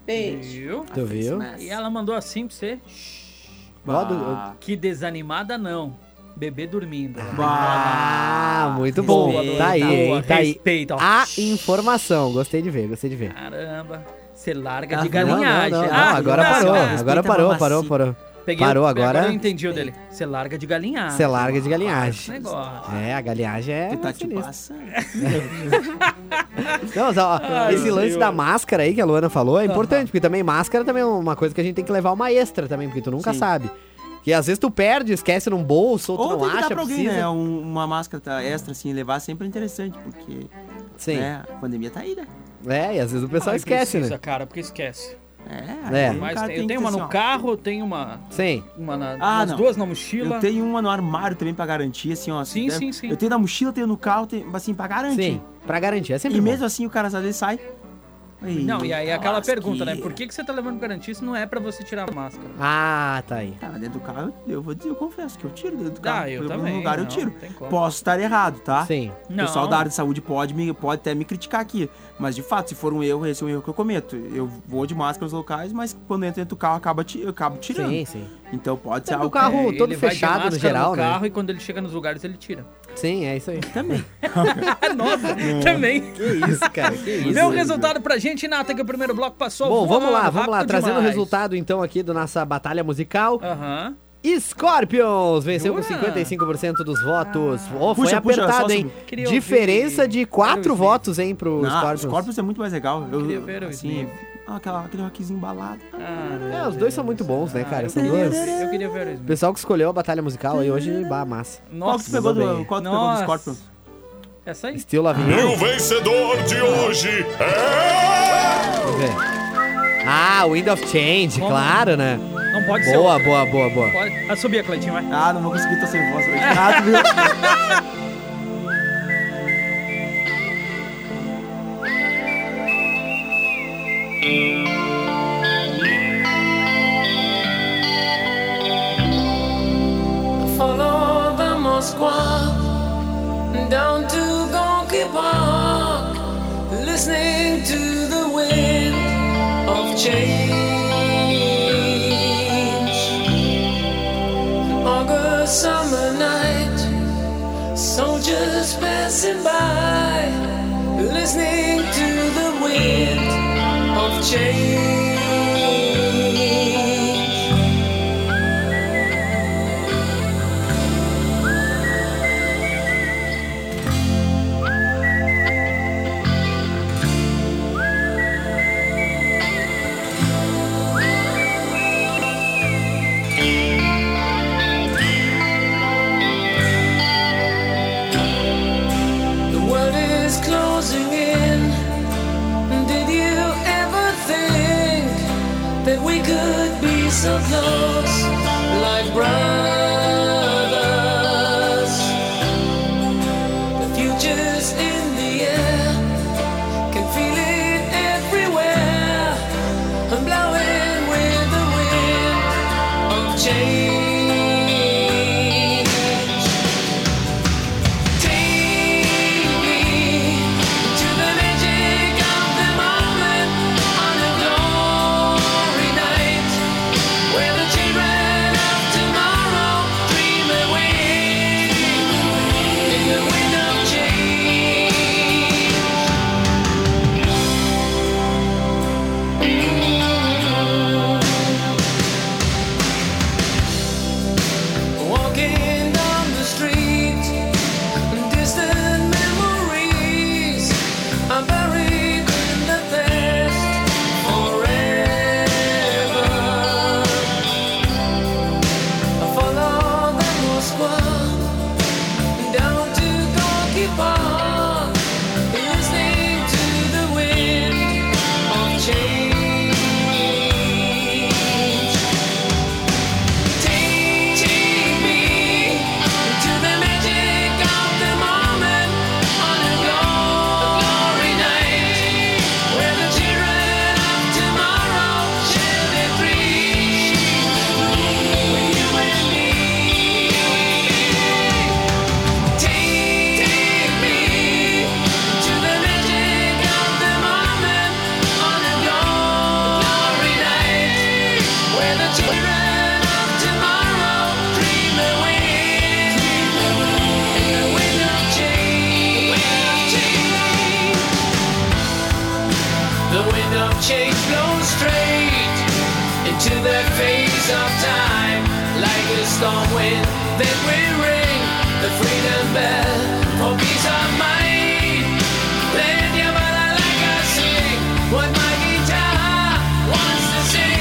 Speaker 5: Beijo.
Speaker 1: Viu?
Speaker 3: Tu viu?
Speaker 2: né?
Speaker 1: E ela mandou assim pra você.
Speaker 2: Ah,
Speaker 3: Modo-
Speaker 1: Que desanimada não. Bebê dormindo.
Speaker 3: Ah, muito bom.
Speaker 1: Respeita,
Speaker 3: Tá aí,
Speaker 1: boa,
Speaker 3: hein? Tá aí.
Speaker 1: Respeita. ó.
Speaker 3: A informação. Gostei de ver, gostei de ver.
Speaker 1: Caramba. Você larga
Speaker 2: Ah,
Speaker 1: de
Speaker 2: não, não,
Speaker 1: galinhagem.
Speaker 3: não, não,
Speaker 1: Ah,
Speaker 3: não, agora
Speaker 1: tá.
Speaker 3: parou,
Speaker 2: respeita
Speaker 3: agora
Speaker 2: a
Speaker 3: parou,
Speaker 2: mamacita.
Speaker 3: parou, parou.
Speaker 1: Peguei
Speaker 3: Parou
Speaker 1: o-
Speaker 3: agora.
Speaker 1: Agora eu entendi o dele. Você larga de galinhagem.
Speaker 3: Você larga de
Speaker 1: Esse
Speaker 3: galinhagem.
Speaker 1: negócio.
Speaker 3: É, a galinhagem é.
Speaker 2: Tu tá te
Speaker 3: sinistra.
Speaker 2: passando.
Speaker 3: Não, mas,
Speaker 2: (laughs)
Speaker 3: ó,
Speaker 1: Ai,
Speaker 3: esse
Speaker 1: meu
Speaker 3: lance
Speaker 1: Senhor.
Speaker 3: da máscara aí que a Luana falou é importante,
Speaker 1: Aham.
Speaker 3: porque também máscara também é uma coisa que a gente tem que levar uma extra também, porque tu nunca
Speaker 2: Sim.
Speaker 3: sabe. E às vezes tu perde, esquece num bolso, ou tu
Speaker 2: Ou
Speaker 3: não
Speaker 2: tem que dar
Speaker 3: acha,
Speaker 2: pra alguém,
Speaker 3: precisa.
Speaker 2: né? um- uma máscara tá extra, assim, levar sempre é interessante, porque
Speaker 3: Sim.
Speaker 2: né, a pandemia tá aí, né?
Speaker 3: É, e às vezes o pessoal
Speaker 1: Ai,
Speaker 3: esquece,
Speaker 1: precisa,
Speaker 3: né?
Speaker 1: Ah, cara, porque esquece.
Speaker 2: É,
Speaker 3: É.
Speaker 2: aí o
Speaker 1: Mas tem- eu
Speaker 2: cara tem que
Speaker 1: tenho
Speaker 2: ter,
Speaker 1: uma
Speaker 2: assim,
Speaker 1: no
Speaker 2: ó,
Speaker 1: carro, eu tenho uma,
Speaker 3: Sim.
Speaker 1: uma na,
Speaker 2: Ah,
Speaker 1: umas
Speaker 2: não.
Speaker 1: duas na mochila.
Speaker 2: Eu tenho uma no armário também pra garantir, assim, ó. se
Speaker 1: Sim,
Speaker 2: der-
Speaker 1: sim, sim.
Speaker 2: Eu tenho na mochila, tenho no carro, tenho, assim, pra garantir.
Speaker 3: Sim. Pra garantir. É sempre
Speaker 2: E
Speaker 3: bom.
Speaker 2: mesmo assim o cara às vezes sai.
Speaker 1: Não, e aí aquela
Speaker 2: lasqueira.
Speaker 1: pergunta, né? Por que, que você tá levando garantia se não é pra você tirar a máscara?
Speaker 3: Ah, tá aí.
Speaker 2: Tá, dentro do carro eu- eu vou dizer, eu confesso que eu tiro dentro do carro.
Speaker 1: Ah, eu
Speaker 2: Pelo
Speaker 1: também,
Speaker 2: um lugar eu
Speaker 1: não,
Speaker 2: tiro.
Speaker 1: não tem como.
Speaker 2: Posso estar errado, tá?
Speaker 3: Sim.
Speaker 2: O pessoal da área de saúde pode, me, pode até me criticar aqui. Mas de fato, se for um erro, esse é um erro que eu cometo. Eu vou de máscara nos locais, mas quando entro dentro do carro, acaba ti- eu acabo tirando.
Speaker 3: Sim, sim.
Speaker 2: Então pode ser
Speaker 3: Dentro do
Speaker 2: algo.
Speaker 3: carro.
Speaker 1: É,
Speaker 3: todo
Speaker 1: ele vai de
Speaker 3: fechado no
Speaker 1: máscara
Speaker 3: geral, né?
Speaker 1: carro e quando ele chega nos lugares ele tira.
Speaker 3: Sim, é isso aí.
Speaker 2: Também.
Speaker 1: Nossa, também.
Speaker 3: (laughs) Que isso, cara.
Speaker 1: (laughs)
Speaker 3: Que isso.
Speaker 1: Vê o resultado pra gente, Nata, que o primeiro bloco passou.
Speaker 3: Bom, vamos lá,
Speaker 1: voando,
Speaker 3: vamos lá.
Speaker 1: rápido
Speaker 3: Trazendo o
Speaker 1: demais.
Speaker 3: resultado, então, aqui da nossa batalha musical.
Speaker 1: Aham.
Speaker 3: Scorpions venceu com
Speaker 1: Jura?
Speaker 3: 55% dos votos.
Speaker 1: Ah.
Speaker 3: Oh, foi
Speaker 2: Puxa, puxa,
Speaker 3: apertado,
Speaker 2: só
Speaker 3: hein?
Speaker 1: Queria ouvir.
Speaker 3: Diferença de
Speaker 1: Quero
Speaker 3: 4
Speaker 1: ouvir.
Speaker 3: votos, hein, pro
Speaker 2: Ah,
Speaker 3: Scorpions.
Speaker 2: os corpos é muito mais legal. Eu,
Speaker 1: queria ver o
Speaker 2: assim, ah, aquela, aquele rockzinho embalado.
Speaker 1: Ah,
Speaker 3: É, os dois são muito bons, né, cara?
Speaker 1: eu,
Speaker 3: São
Speaker 1: queria,
Speaker 3: dois.
Speaker 1: eu queria ver o
Speaker 3: O
Speaker 1: Smith.
Speaker 3: pessoal que escolheu a batalha musical aí hoje, bah, massa.
Speaker 2: Qual que tu
Speaker 1: Nossa,
Speaker 2: pegou
Speaker 3: mandou bem.
Speaker 2: do, qual tu pegou do
Speaker 1: Nossa.
Speaker 2: Scorpions?
Speaker 1: essa aí.
Speaker 3: Estilo Lavigne.
Speaker 6: E o vencedor de hoje é.
Speaker 3: Vamos ver. Ah, Wind of Change,
Speaker 1: Como?
Speaker 3: claro, né?
Speaker 1: Não pode ser.
Speaker 3: Boa,
Speaker 1: outra.
Speaker 3: boa, boa,
Speaker 1: (laughs)
Speaker 3: boa.
Speaker 1: Pode. Ah, subia, Cleitinho, vai.
Speaker 2: Ah, não vou conseguir, tô sem voz hoje. Ah, tu viu?
Speaker 7: Follow the Moscow down to Gonky Park, listening to the wind of change. August summer night, soldiers passing by, listening to the wind of change. The world is closing in. Did you ever think that we could be so close, like brothers? The future's in the air, can feel it everywhere. I'm blowing with the wind of change. Take me to the magic of the moment on a glory night, where the children of tomorrow dream away in the wind of change. Walking down the street. Distant memories are buried in the past forever. I follow the Moskva down to Gorky Park, listening to the wind of change. Take me to the magic of the moment on a glory night, where the children of tomorrow shall be free. When you and me, take me to the magic of the moment on a glory night, where the children of tomorrow dream away in the wind of change. The wind of change blows straight into that phase of time, like a storm wind that will ring the freedom bell for peace of mind. Let your mother like I sing what my guitar wants to sing.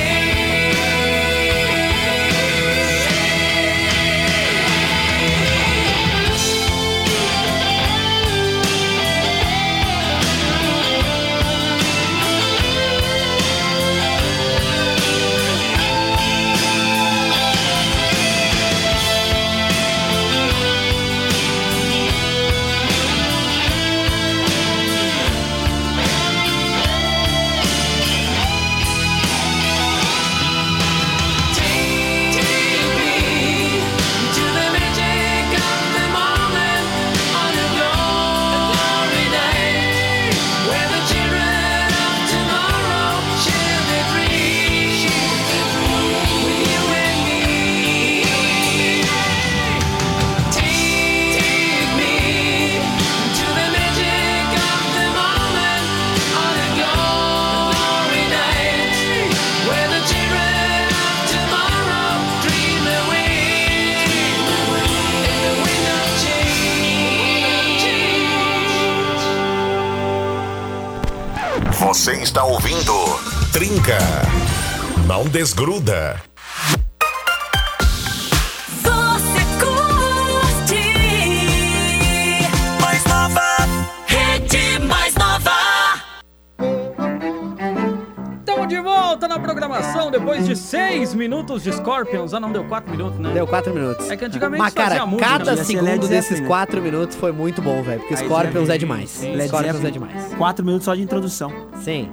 Speaker 6: Você está ouvindo Trinca. Não desgruda.
Speaker 7: Você curte mais nova, rede mais nova.
Speaker 1: Estamos de volta na programação depois de seis minutos de Scorpions. Ah, não, deu quatro minutos, né?
Speaker 3: Deu 4 minutos.
Speaker 1: É que antigamente
Speaker 3: Mas, cara,
Speaker 1: fazia música,
Speaker 3: cada
Speaker 1: né?
Speaker 2: Esse
Speaker 3: segundo
Speaker 2: Led Zeppelin,
Speaker 3: desses
Speaker 2: né?
Speaker 3: 4 minutos foi muito bom, velho. Porque
Speaker 2: Aí
Speaker 3: Scorpions
Speaker 2: já-
Speaker 3: é demais.
Speaker 2: Led
Speaker 3: Scorpions
Speaker 2: Zeppelin.
Speaker 3: é demais.
Speaker 2: Quatro minutos só de introdução.
Speaker 3: Sim.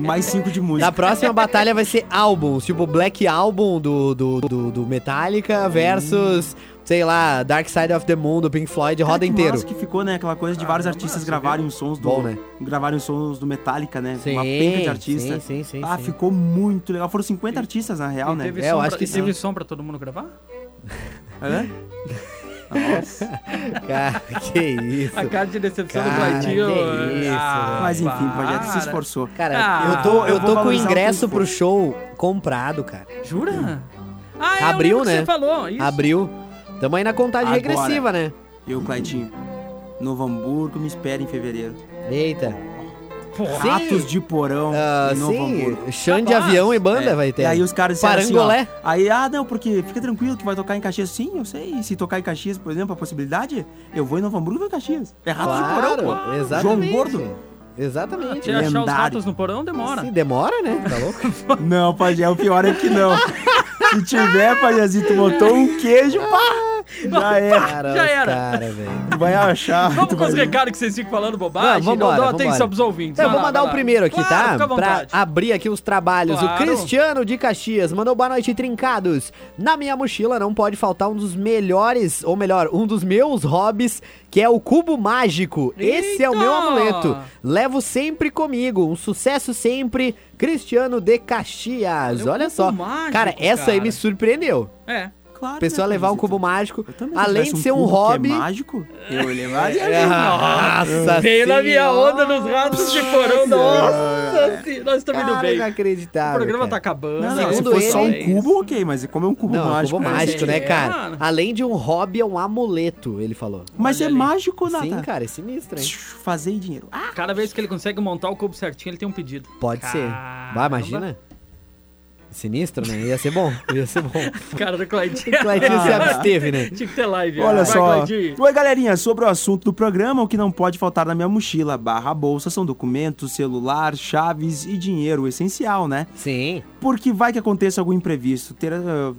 Speaker 2: Mais cinco de música.
Speaker 3: Na próxima batalha vai ser álbuns, tipo Black Album do, do, do, do Metallica versus, sei lá, Dark Side of the Moon do Pink Floyd,
Speaker 2: Cara,
Speaker 3: roda
Speaker 2: que
Speaker 3: inteiro.
Speaker 2: massa que ficou, né? Aquela coisa de vários artistas gravarem os sons do.
Speaker 3: Bom, né?
Speaker 2: Gravarem os sons do Metallica, né?
Speaker 3: Sim,
Speaker 2: Uma penca de artista.
Speaker 3: sim, sim, sim,
Speaker 2: ah,
Speaker 3: sim.
Speaker 2: ficou muito legal. Foram 50 artistas, na real,
Speaker 1: E
Speaker 2: né?
Speaker 1: teve som
Speaker 3: É, eu acho
Speaker 1: pra-
Speaker 3: que
Speaker 1: e teve som pra todo mundo gravar?
Speaker 2: Hã? Nossa.
Speaker 3: Cara, que isso.
Speaker 2: Ah,
Speaker 1: A cara de decepção
Speaker 3: Cara,
Speaker 1: do Ah, Claitinho.
Speaker 3: que isso, velho.
Speaker 2: Mas enfim, o projeto se
Speaker 1: para.
Speaker 2: esforçou.
Speaker 3: Cara,
Speaker 1: Ah,
Speaker 3: eu tô,
Speaker 2: eu vou
Speaker 3: eu tô com o
Speaker 2: valorizar o
Speaker 3: ingresso
Speaker 2: Pink
Speaker 3: pro
Speaker 2: Floyd.
Speaker 3: show comprado, cara.
Speaker 1: Jura? Ah, é, eu
Speaker 3: Abriu,
Speaker 1: lembro que
Speaker 3: né?
Speaker 1: Você falou. Isso.
Speaker 3: Abriu. Tamo aí na contagem
Speaker 2: Agora.
Speaker 3: regressiva, né?
Speaker 2: E o Claitinho. Novo Hamburgo me espera em fevereiro.
Speaker 3: Eita. Sim.
Speaker 2: Ratos de Porão
Speaker 3: Ah,
Speaker 2: em Novo Hamburgo.
Speaker 3: sim, chão de
Speaker 1: Capaz.
Speaker 3: avião e banda
Speaker 2: É.
Speaker 3: vai ter.
Speaker 2: E aí os caras disseram
Speaker 3: Parangolé.
Speaker 2: assim, ó, Aí, ah, não, porque fica tranquilo que vai tocar em Caxias. Sim, eu sei. Se tocar em Caxias, por exemplo, a possibilidade, eu vou em Novo Hamburgo e vou em Caxias. É rato de
Speaker 3: Claro,
Speaker 2: porão, pô.
Speaker 3: exatamente.
Speaker 2: João Gordo.
Speaker 3: Exatamente.
Speaker 1: Se achar os
Speaker 2: Lendário.
Speaker 1: ratos no porão, demora.
Speaker 3: Sim, demora, né?
Speaker 1: (laughs)
Speaker 3: Tá louco?
Speaker 2: Não, Pajé, o pior é que não. Se tiver, Pajézinho, tu botou um queijo, pá! Já é.
Speaker 3: Cara,
Speaker 1: Já
Speaker 3: os
Speaker 1: era.
Speaker 3: Cara, velho.
Speaker 2: Tu vai achar.
Speaker 1: Vamos
Speaker 2: tu
Speaker 1: com
Speaker 2: vai
Speaker 1: os
Speaker 2: ver.
Speaker 1: recados que vocês ficam falando bobagem.
Speaker 3: Não, vambora,
Speaker 1: Não dá
Speaker 3: vambora.
Speaker 1: atenção pros ouvintes.
Speaker 3: Então, eu
Speaker 1: Vai
Speaker 3: vou
Speaker 1: lá,
Speaker 3: mandar
Speaker 1: vai
Speaker 3: o
Speaker 1: lá.
Speaker 3: primeiro aqui,
Speaker 1: Claro, fica
Speaker 3: tá?
Speaker 1: à
Speaker 3: Pra
Speaker 1: vontade.
Speaker 3: abrir aqui os trabalhos.
Speaker 1: Claro.
Speaker 3: O Cristiano de Caxias mandou boa noite, trincados. Na minha mochila não pode faltar um dos melhores, ou melhor, um dos meus hobbies, que é o cubo mágico. Esse é o meu
Speaker 1: Eita!
Speaker 3: amuleto. Levo sempre comigo. Um sucesso sempre, Cristiano de Caxias.
Speaker 1: Olha o
Speaker 3: Olha
Speaker 1: cubo
Speaker 3: só.
Speaker 1: mágico,
Speaker 3: cara, essa aí
Speaker 1: cara.
Speaker 3: me surpreendeu.
Speaker 1: É.
Speaker 2: Claro,
Speaker 3: A pessoa
Speaker 2: né,
Speaker 3: levar um
Speaker 2: Pajézito?
Speaker 3: cubo mágico,
Speaker 2: Eu também, se
Speaker 3: além
Speaker 2: tivesse
Speaker 3: de ser um
Speaker 2: cubo que
Speaker 3: hobby.
Speaker 2: (laughs) É mágico, eu levaria.
Speaker 1: É.
Speaker 3: Nossa,
Speaker 1: Veio na minha
Speaker 3: senhora.
Speaker 1: onda dos ratos de porão. Nossa, senhora, nós estamos indo
Speaker 3: Cara,
Speaker 1: bem. O
Speaker 3: inacreditável.
Speaker 1: programa tá
Speaker 3: cara.
Speaker 1: acabando.
Speaker 2: Não, não, se
Speaker 3: Segundo
Speaker 2: fosse só
Speaker 3: ele-
Speaker 2: um cubo, ok, mas como é um cubo
Speaker 3: Não,
Speaker 2: mágico?
Speaker 3: mágico, cubo
Speaker 2: né?
Speaker 3: mágico, né,
Speaker 1: É,
Speaker 3: cara?
Speaker 1: mano.
Speaker 3: Além de um hobby, é um amuleto, ele falou.
Speaker 2: Mas
Speaker 1: Olha
Speaker 2: é
Speaker 1: ali.
Speaker 2: mágico, Nata.
Speaker 3: Sim, cara, é sinistro, hein?
Speaker 2: Fazer em dinheiro. Ah,
Speaker 1: Cada vez que ele consegue montar o cubo certinho, ele tem um pedido.
Speaker 3: Pode ser. Vai, imagina. Sinistro, né? Ia ser bom, (laughs)
Speaker 1: (laughs)
Speaker 3: ia ser bom.
Speaker 1: Cara do Claudinho. (laughs)
Speaker 3: O Claytinho se absteve, né?
Speaker 1: Tinha que ter live.
Speaker 2: Olha
Speaker 1: vai,
Speaker 2: só.
Speaker 1: Claudinho.
Speaker 2: Oi, galerinha. Sobre o assunto do programa, o que não pode faltar na minha mochila, barra bolsa, são documentos, celular, chaves e dinheiro, o essencial, né?
Speaker 3: Sim,
Speaker 2: Porque vai que aconteça algum imprevisto. Ter, ah,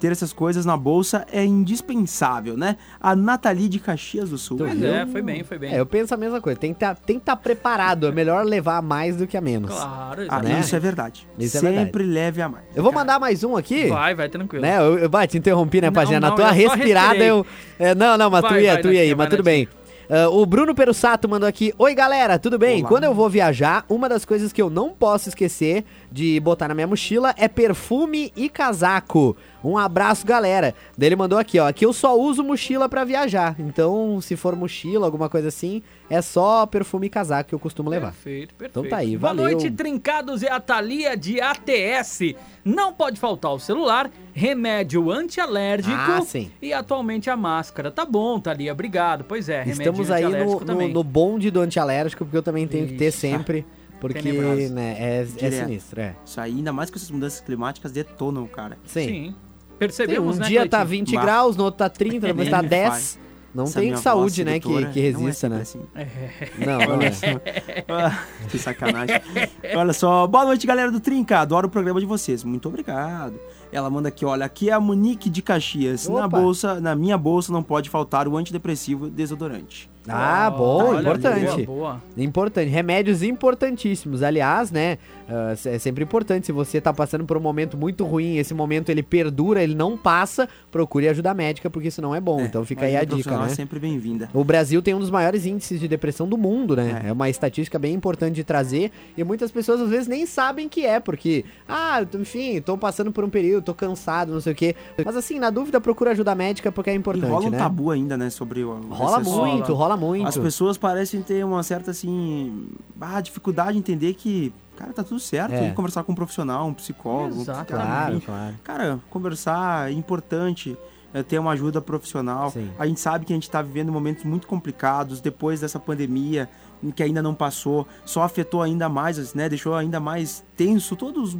Speaker 2: ter essas coisas na bolsa é indispensável, né? A Nathalie de Caxias do
Speaker 3: Então,
Speaker 2: Sul.
Speaker 1: Pois é, foi bem, foi bem.
Speaker 3: é, eu penso a mesma coisa. Tem que tá, estar preparado. É melhor levar mais do que a menos.
Speaker 1: Claro,
Speaker 2: Ah,
Speaker 3: né?
Speaker 2: isso é verdade.
Speaker 3: Isso é
Speaker 2: Sempre
Speaker 3: verdade.
Speaker 2: leve a mais.
Speaker 3: Eu vou mandar mais um aqui.
Speaker 1: Vai, vai, tranquilo.
Speaker 3: Né? Eu, eu bah, te interrompi, né,
Speaker 1: Não,
Speaker 3: Pajé? Na
Speaker 1: não,
Speaker 3: tua
Speaker 1: eu só
Speaker 3: respirada
Speaker 1: respirei.
Speaker 3: eu. é, não, não, mas tu
Speaker 1: Vai,
Speaker 3: ia,
Speaker 1: vai,
Speaker 3: tu ia aí,
Speaker 1: Natinha,
Speaker 3: mas
Speaker 1: vai,
Speaker 3: tudo bem. Ah, o Bruno Perussato mandou aqui: Oi galera, tudo bem?
Speaker 2: Olá.
Speaker 3: Quando eu vou viajar, uma das coisas que eu não posso esquecer de botar na minha mochila é perfume e casaco. Um abraço, galera. Daí ele mandou aqui, ó, que eu só uso mochila pra viajar. Então, se for mochila, alguma coisa assim, é só perfume e casaco que eu costumo levar.
Speaker 1: Perfeito, perfeito.
Speaker 3: Então tá aí,
Speaker 1: Boa
Speaker 3: valeu.
Speaker 1: noite, trincados e a Thalia de ATS. Não pode faltar o celular, remédio antialérgico
Speaker 3: Ah, sim.
Speaker 1: e atualmente a máscara. Tá bom, Thalia, obrigado. Pois é, remédio
Speaker 3: Estamos aí no,
Speaker 1: antialérgico
Speaker 3: no,
Speaker 1: também.
Speaker 3: no bonde do antialérgico, porque eu também tenho que ter
Speaker 1: Ixi, tá.
Speaker 3: sempre. Porque
Speaker 1: tenebroso.
Speaker 3: né, é, é
Speaker 2: Direto.
Speaker 3: sinistro, é.
Speaker 2: Isso aí, ainda mais com essas mudanças climáticas, detonam, cara.
Speaker 3: Sim.
Speaker 1: Sim.
Speaker 3: Tem,
Speaker 1: Percebemos,
Speaker 3: um
Speaker 1: né,
Speaker 3: dia tá
Speaker 1: Cleitinho?
Speaker 3: 20
Speaker 2: Mas-
Speaker 3: graus, no outro tá 30, depois tá
Speaker 2: É, Nem me
Speaker 3: 10. Não
Speaker 2: Essa
Speaker 3: tem
Speaker 2: minha
Speaker 3: saúde,
Speaker 2: voz
Speaker 3: né, que,
Speaker 2: sedutora
Speaker 3: que
Speaker 2: não é
Speaker 3: resista,
Speaker 2: sempre
Speaker 3: né?
Speaker 2: assim.
Speaker 3: Não, não é.
Speaker 2: Ah, que
Speaker 3: (laughs)
Speaker 2: sacanagem. olha só. Boa noite, galera do Trinca. Adoro o programa de vocês. Muito obrigado. Ela manda aqui, olha, aqui é a Monique de Caxias. Na
Speaker 3: Opa.
Speaker 2: bolsa, na minha bolsa não pode faltar o antidepressivo desodorante.
Speaker 3: Ah, bom,
Speaker 1: Olha,
Speaker 3: importante.
Speaker 1: Boa, boa.
Speaker 3: Importante. Remédios importantíssimos. Aliás, né? ah, é sempre importante. Se você tá passando por um momento muito ruim, esse momento ele perdura, ele não passa, procure ajuda médica, porque isso não é bom. então fica aí
Speaker 2: Ajuda
Speaker 3: a dica,
Speaker 2: profissional
Speaker 3: né?
Speaker 2: é sempre bem-vinda.
Speaker 3: O Brasil tem um dos maiores índices de depressão do mundo, né? É. uma estatística bem importante de trazer e muitas pessoas às vezes nem sabem que é, porque, ah, eu tô- enfim, tô passando por um período, tô cansado, não sei o quê. Mas assim, na dúvida, procura ajuda médica porque é
Speaker 2: E
Speaker 3: importante,
Speaker 2: rola um
Speaker 3: né?
Speaker 2: tabu ainda, né, sobre o
Speaker 3: Rola
Speaker 2: essas-
Speaker 3: muito, rola muito.
Speaker 2: As pessoas parecem ter uma certa, assim, ah, dificuldade de entender que, cara, tá tudo certo.
Speaker 3: É.
Speaker 2: E conversar com um profissional, um psicólogo, um
Speaker 1: Exatamente.
Speaker 2: psiquiatra,
Speaker 3: Claro,
Speaker 2: enfim.
Speaker 3: claro.
Speaker 2: Cara, conversar é importante. eh, ter uma ajuda profissional.
Speaker 3: Sim.
Speaker 2: A gente sabe que a gente está vivendo momentos muito complicados depois dessa pandemia em que ainda não passou, só afetou ainda mais, né? Deixou ainda mais tenso todos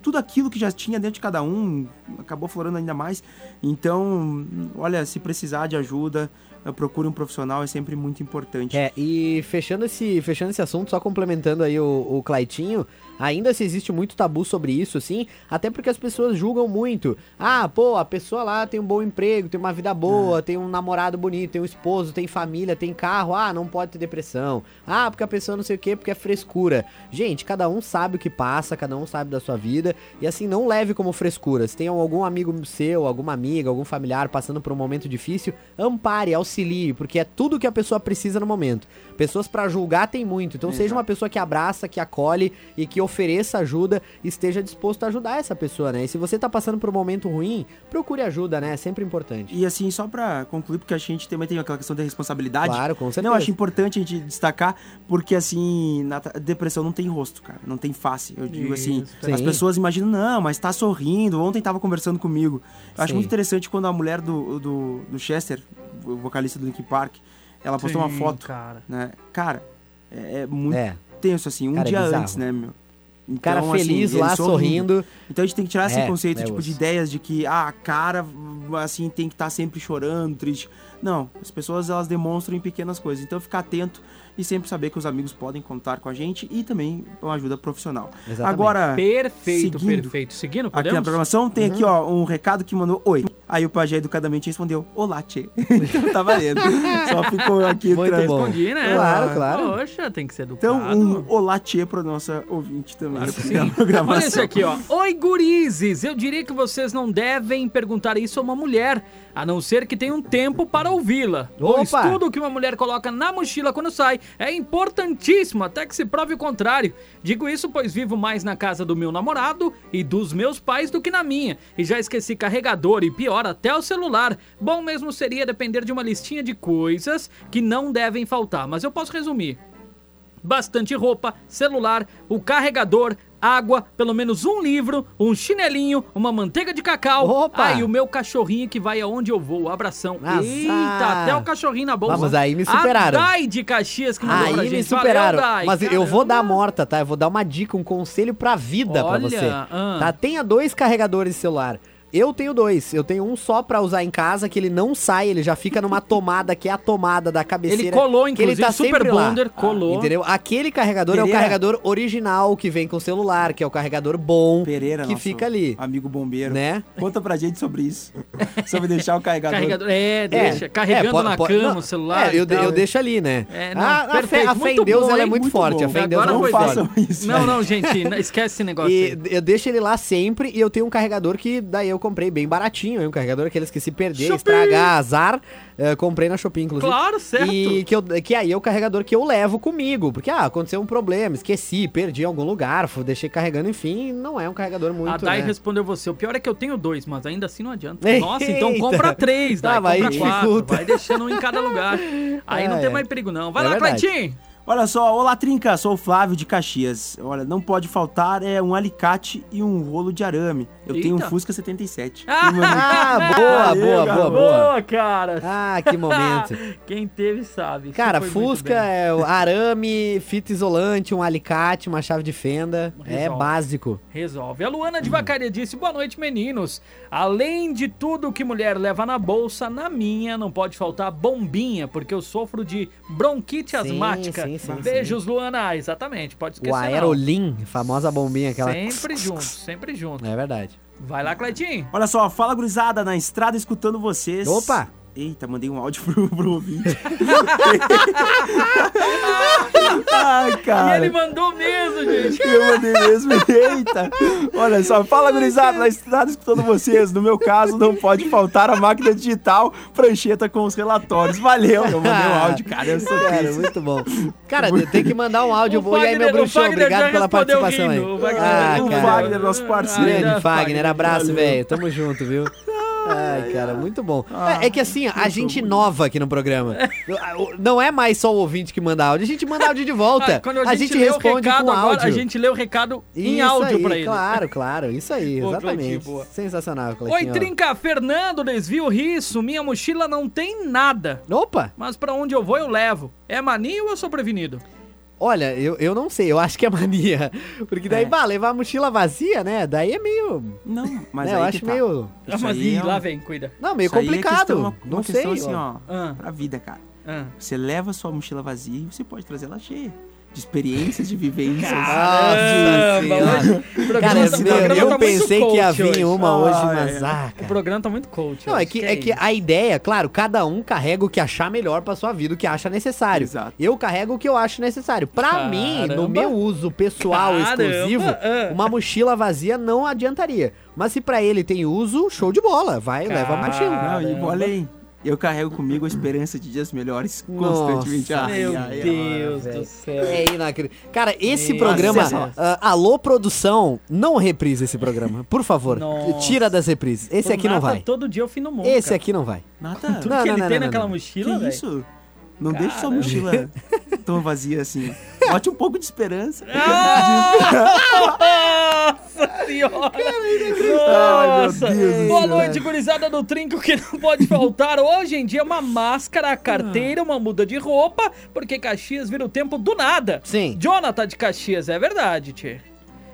Speaker 2: tudo aquilo que já tinha dentro de cada um acabou florando ainda mais. Então, olha, se precisar de ajuda, eh, procure um profissional, é sempre muito importante.
Speaker 3: É, e fechando esse, fechando esse assunto, só complementando aí o, o Claitinho, ainda se existe muito tabu sobre isso, assim, até porque as pessoas julgam muito. Ah, pô, a pessoa lá tem um bom emprego, tem uma vida boa, tem um namorado bonito, tem um esposo, tem família, tem carro, ah, não pode ter depressão. Ah, porque a pessoa não sei o quê, porque é frescura. Gente, cada um sabe o que passa, cada um sabe da sua vida, e assim, não leve como frescura. Se tem algum amigo seu, alguma amiga, algum familiar passando por um momento difícil, ampare, auxilie, porque é tudo que a pessoa precisa no momento. Pessoas pra julgar tem muito, então seja uma pessoa que abraça, que acolhe e que ofereça ajuda, esteja disposto a ajudar essa pessoa, né? E se você tá passando por um momento ruim, procure ajuda, né? É sempre importante.
Speaker 2: E assim, só pra concluir, porque a gente também tem aquela questão da responsabilidade.
Speaker 3: Claro, com certeza.
Speaker 2: Não, eu acho importante a gente destacar, porque assim, na ta- depressão não tem rosto, cara, não tem face. Eu digo assim,
Speaker 3: Sim.
Speaker 2: as pessoas imaginam, não, mas tá sorrindo. Ontem tava conversando comigo. Eu acho
Speaker 3: Sim.
Speaker 2: muito interessante quando a mulher do, do, do Chester, o vocalista do Linkin Park, ela postou uma
Speaker 1: Sim,
Speaker 2: foto,
Speaker 1: Cara.
Speaker 2: né? Cara, é, é muito
Speaker 3: É.
Speaker 2: tenso, assim, um
Speaker 3: Cara, é
Speaker 2: dia
Speaker 3: bizarro.
Speaker 2: antes, né, meu?
Speaker 3: O cara
Speaker 2: Então, assim,
Speaker 3: feliz
Speaker 2: ele
Speaker 3: lá, sorrindo.
Speaker 2: então a gente tem que tirar esse
Speaker 3: É,
Speaker 2: conceito
Speaker 3: é
Speaker 2: tipo, de
Speaker 3: osso.
Speaker 2: ideias de que ah, a cara assim tem que estar sempre chorando, triste. Não, as pessoas elas demonstram em pequenas coisas. Então ficar atento e sempre saber que os amigos podem contar com a gente e também uma ajuda profissional.
Speaker 3: Exatamente.
Speaker 2: Agora,
Speaker 1: Perfeito,
Speaker 2: seguindo
Speaker 1: perfeito. Seguindo,
Speaker 2: É. aqui na
Speaker 1: podemos?
Speaker 2: programação tem
Speaker 3: Uhum.
Speaker 2: aqui ó um recado que mandou oi. Aí o pajé educadamente respondeu: "Olá, tchê". (laughs) então tá valendo. Só ficou aqui
Speaker 3: Muito
Speaker 2: trans-
Speaker 3: bom.
Speaker 1: Respondi, né?
Speaker 3: Claro, claro.
Speaker 1: Poxa, tem que ser educado.
Speaker 2: Então, um olá, tchê, pra nossa ouvinte também.
Speaker 1: Claro que
Speaker 2: aqui (laughs) na
Speaker 1: sim.
Speaker 2: programação.
Speaker 1: Olha esse aqui, ó. Oi, gurizes! Eu diria que vocês não devem perguntar isso a uma mulher, a não ser que tenha um tempo para ouvi-la. Pois
Speaker 3: Opa!
Speaker 1: tudo que uma mulher coloca na mochila quando sai é importantíssimo, até que se prove o contrário. Digo isso pois vivo mais na casa do meu namorado e dos meus pais do que na minha, e já esqueci carregador e pior, até o celular. Bom mesmo seria depender de uma listinha de coisas que não devem faltar, mas eu posso resumir bastante roupa, celular, o carregador, água, pelo menos um livro, um chinelinho, uma manteiga de cacau.
Speaker 3: Opa!
Speaker 1: Aí o meu cachorrinho que vai aonde eu vou. Abração.
Speaker 3: Azar.
Speaker 1: Eita, até o cachorrinho na bolsa.
Speaker 3: Vamos, aí me superaram.
Speaker 1: A Dai de Caxias que mandou pra
Speaker 3: Aí
Speaker 1: gente.
Speaker 3: me superaram.
Speaker 1: Valeu, Dai.
Speaker 3: Mas eu vou dar a
Speaker 1: Caramba.
Speaker 3: morta, tá? Eu vou dar uma dica, um conselho pra vida pra
Speaker 1: Olha,
Speaker 3: você.
Speaker 1: ah.
Speaker 3: Tá? Tenha dois carregadores de celular. Eu tenho dois. Eu tenho um só pra usar em casa, que ele não sai, ele já fica numa tomada, que é a tomada da cabeceira.
Speaker 1: Ele colou,
Speaker 3: que ele
Speaker 1: inclusive,
Speaker 3: tá
Speaker 1: Super
Speaker 3: sempre lá.
Speaker 1: Bonder colou.
Speaker 3: Entendeu? Aquele carregador é o
Speaker 2: Pereira.
Speaker 3: carregador original que vem com o celular, que é o carregador bom,
Speaker 2: Pereira,
Speaker 3: que
Speaker 2: nosso
Speaker 3: fica ali,
Speaker 2: Amigo bombeiro.
Speaker 3: né?
Speaker 2: Conta pra gente sobre isso. Sobre deixar o carregador.
Speaker 1: Carregador. É, deixa. carregando
Speaker 3: é, po-
Speaker 1: na
Speaker 3: po-
Speaker 1: cama
Speaker 3: não,
Speaker 1: o celular.
Speaker 3: É,
Speaker 1: e
Speaker 3: eu, de-
Speaker 1: tal.
Speaker 3: eu deixo ali, né?
Speaker 1: É, não,
Speaker 3: a, a fé,
Speaker 1: perfeito,
Speaker 3: a fé em
Speaker 1: muito
Speaker 3: Deus
Speaker 1: bom,
Speaker 3: ela é
Speaker 1: hein?
Speaker 3: muito,
Speaker 2: Muito
Speaker 3: forte. A
Speaker 2: bom.
Speaker 3: fé em Deus
Speaker 1: Agora
Speaker 3: ela é muito
Speaker 1: foi
Speaker 3: forte.
Speaker 1: bem.
Speaker 2: Façam isso. né?
Speaker 1: Não, não, gente, (laughs) não, esquece esse negócio
Speaker 3: E
Speaker 1: aí.
Speaker 3: eu deixo ele lá sempre e eu tenho um carregador que daí eu comprei bem baratinho, hein, um carregador aqueles que se perder,
Speaker 1: Shopee!
Speaker 3: estragar, azar, eh, comprei na Shopee, inclusive.
Speaker 1: Claro, certo.
Speaker 3: E que, eu, que aí é o carregador que eu levo comigo, porque ah, aconteceu um problema, esqueci, perdi em algum lugar, fu- deixei carregando, enfim, não é um carregador muito,
Speaker 1: a Dai
Speaker 3: né?
Speaker 1: respondeu você. O pior é que eu tenho dois, mas ainda assim não adianta.
Speaker 3: Eita.
Speaker 1: Nossa, então
Speaker 3: (laughs)
Speaker 1: compra três, Dai.
Speaker 3: Tá, mas aí
Speaker 1: compra quatro.
Speaker 3: dificulta.
Speaker 1: Vai deixando um em cada
Speaker 3: (laughs)
Speaker 1: lugar. Aí não
Speaker 3: Ah,
Speaker 1: tem
Speaker 3: é.
Speaker 1: mais perigo, não. Vai
Speaker 3: É
Speaker 1: lá,
Speaker 3: verdade.
Speaker 1: Claitinho.
Speaker 2: Olha só, olá Trinca, sou o Flávio de Caxias. Olha, não pode faltar é um alicate e um rolo de arame. Eu tenho um
Speaker 1: Eita.
Speaker 2: Fusca
Speaker 1: (laughs)
Speaker 2: 77.
Speaker 1: Ah,
Speaker 2: Meu amigo.
Speaker 3: (laughs) Ah, boa,
Speaker 2: Valeu,
Speaker 3: boa, Tá, boa,
Speaker 2: garoto.
Speaker 3: boa.
Speaker 1: cara.
Speaker 3: Ah, que momento.
Speaker 1: Quem teve sabe. Isso (laughs)
Speaker 3: Cara,
Speaker 1: foi muito
Speaker 3: Fusca,
Speaker 1: bem.
Speaker 3: é o arame, fita isolante, um alicate, uma chave de fenda. É
Speaker 1: Resolve.
Speaker 3: básico.
Speaker 1: (laughs) Resolve. A Luana de Vacaria disse: Boa noite, meninos. Além de tudo que mulher leva na bolsa, na minha não pode faltar bombinha, porque eu sofro de bronquite
Speaker 3: Sim,
Speaker 1: asmática.
Speaker 3: sim, sim,
Speaker 1: Beijos, Luana. Ah, exatamente, pode esquecer.
Speaker 3: o
Speaker 1: não.
Speaker 3: Aerolim, famosa bombinha aquela.
Speaker 1: Sempre junto, sempre junto.
Speaker 3: É verdade.
Speaker 1: Vai lá, Claitinho.
Speaker 2: Olha só, fala gurizada, na estrada escutando vocês.
Speaker 3: Opa!
Speaker 2: Eita, mandei um áudio pro,
Speaker 1: (laughs)
Speaker 2: pro ouvinte. (laughs) Ai,
Speaker 1: E
Speaker 2: cara.
Speaker 1: ele mandou mesmo, gente.
Speaker 2: Eu mandei mesmo. (laughs) Eita! Olha só, fala gurizada, na estrada escutando vocês. No meu caso, não pode faltar a máquina digital, prancheta com os relatórios. Valeu! Eu mandei o áudio, cara. Eu sou
Speaker 3: Cara,
Speaker 2: triste.
Speaker 1: (laughs)
Speaker 3: muito bom. Cara, tem que mandar um áudio.
Speaker 1: O
Speaker 3: E aí, meu
Speaker 1: Fagner-
Speaker 3: bruxão,
Speaker 1: o Fagner já
Speaker 3: obrigado pela
Speaker 1: respondeu
Speaker 3: participação aí.
Speaker 1: rindo, o Fagner-
Speaker 3: Ah,
Speaker 2: o
Speaker 3: cara.
Speaker 2: Fagner, nosso parceiro.
Speaker 3: Grande
Speaker 1: Ah,
Speaker 3: Fagner, abraço, velho. Tamo junto, viu? Ai, cara, muito bom.
Speaker 1: Ah,
Speaker 3: é, é que assim, a gente inova aqui no programa. Não é mais só o ouvinte que manda áudio, a gente manda áudio de volta.
Speaker 1: Ah, quando
Speaker 3: a, gente
Speaker 1: lê o
Speaker 3: responde
Speaker 1: recado
Speaker 3: com
Speaker 1: agora,
Speaker 3: áudio.
Speaker 1: a gente lê o recado em
Speaker 3: Isso
Speaker 1: áudio
Speaker 3: aí,
Speaker 1: pra ele.
Speaker 3: Claro, claro, isso aí,
Speaker 1: Pô, Cleitinho,
Speaker 3: exatamente.
Speaker 1: boa.
Speaker 3: Sensacional,
Speaker 1: Oi,
Speaker 3: Cleitinho. ó.
Speaker 1: Trinca, Fernando, desvio risso, minha mochila não tem nada.
Speaker 3: Opa!
Speaker 1: Mas pra onde eu vou, eu levo. É mania ou eu sou prevenido?
Speaker 3: Olha, eu, eu não sei, eu acho que é mania. (laughs) Porque
Speaker 2: É.
Speaker 3: daí, bah, levar a mochila vazia, né? Daí é meio.
Speaker 2: Não, mas
Speaker 3: né,
Speaker 2: aí
Speaker 3: eu
Speaker 2: que
Speaker 3: acho
Speaker 2: tá.
Speaker 3: meio.
Speaker 2: Isso
Speaker 1: mas
Speaker 2: aí
Speaker 1: ih,
Speaker 2: é um-
Speaker 1: lá vem, cuida.
Speaker 3: Não, meio
Speaker 2: Isso aí é
Speaker 3: complicado.
Speaker 2: questão- uma,
Speaker 3: não
Speaker 2: uma questão
Speaker 3: sei.
Speaker 2: assim,
Speaker 3: ó.
Speaker 2: ó,
Speaker 1: Ah.
Speaker 2: pra vida, cara.
Speaker 1: Ah.
Speaker 2: Você leva sua mochila vazia e você pode trazer ela cheia. De experiências, de vivências.
Speaker 3: Nossa senhora.
Speaker 1: O programa
Speaker 3: Cara,
Speaker 1: tá- o
Speaker 3: meu,
Speaker 1: programa
Speaker 3: eu
Speaker 1: tá muito
Speaker 3: pensei que ia
Speaker 1: coach
Speaker 3: vir
Speaker 1: hoje.
Speaker 3: uma hoje,
Speaker 2: Ah,
Speaker 3: mas
Speaker 2: é.
Speaker 1: O
Speaker 3: ah,
Speaker 1: (laughs)
Speaker 3: cara.
Speaker 1: programa tá muito coach.
Speaker 3: Não, é
Speaker 1: hoje.
Speaker 3: que, é que
Speaker 1: isso?
Speaker 3: a ideia, claro, cada um carrega o que achar melhor pra sua vida, o que acha necessário.
Speaker 2: Exato.
Speaker 3: Eu carrego o que eu acho necessário. Pra
Speaker 1: Caramba.
Speaker 3: mim, no meu uso pessoal
Speaker 1: Caramba,
Speaker 3: exclusivo,
Speaker 1: ah.
Speaker 3: uma mochila vazia não adiantaria. Mas se pra ele tem uso, show de bola. Vai, leva a mochila.
Speaker 2: Não, e vou além. Eu carrego comigo a esperança de dias melhores constantemente.
Speaker 3: Nossa,
Speaker 2: Ai,
Speaker 1: Meu
Speaker 2: ai, ai.
Speaker 1: Deus do céu.
Speaker 3: É inacreditável. Cara, esse
Speaker 1: Meu
Speaker 3: programa,
Speaker 2: Deus.
Speaker 3: ah, alô produção, não reprisa esse programa, por favor.
Speaker 1: Nossa.
Speaker 3: Tira das reprises. Esse
Speaker 1: Do
Speaker 3: aqui não
Speaker 1: nada,
Speaker 3: vai.
Speaker 1: Todo dia é o fim do mundo.
Speaker 3: Esse
Speaker 1: cara.
Speaker 3: aqui não vai.
Speaker 2: Nada.
Speaker 1: Tudo
Speaker 3: Não,
Speaker 1: que
Speaker 3: não,
Speaker 1: ele
Speaker 3: não,
Speaker 1: tem
Speaker 3: não,
Speaker 1: naquela
Speaker 3: não.
Speaker 1: mochila,
Speaker 2: que
Speaker 1: velho.
Speaker 2: isso? Não deixe sua
Speaker 1: Caramba. (laughs)
Speaker 2: mochila tão vazia assim. Bote um pouco de esperança.
Speaker 1: Ah! Nossa senhora! Nossa!
Speaker 2: Ai, meu Deus do
Speaker 1: Boa
Speaker 2: céu.
Speaker 1: noite, gurizada do trinco que não pode
Speaker 3: (laughs)
Speaker 1: faltar. Hoje em dia, uma máscara, a carteira, uma muda de roupa, porque Caxias vira o tempo do nada.
Speaker 3: Sim.
Speaker 1: Jonathan de Caxias, é verdade, Tchê.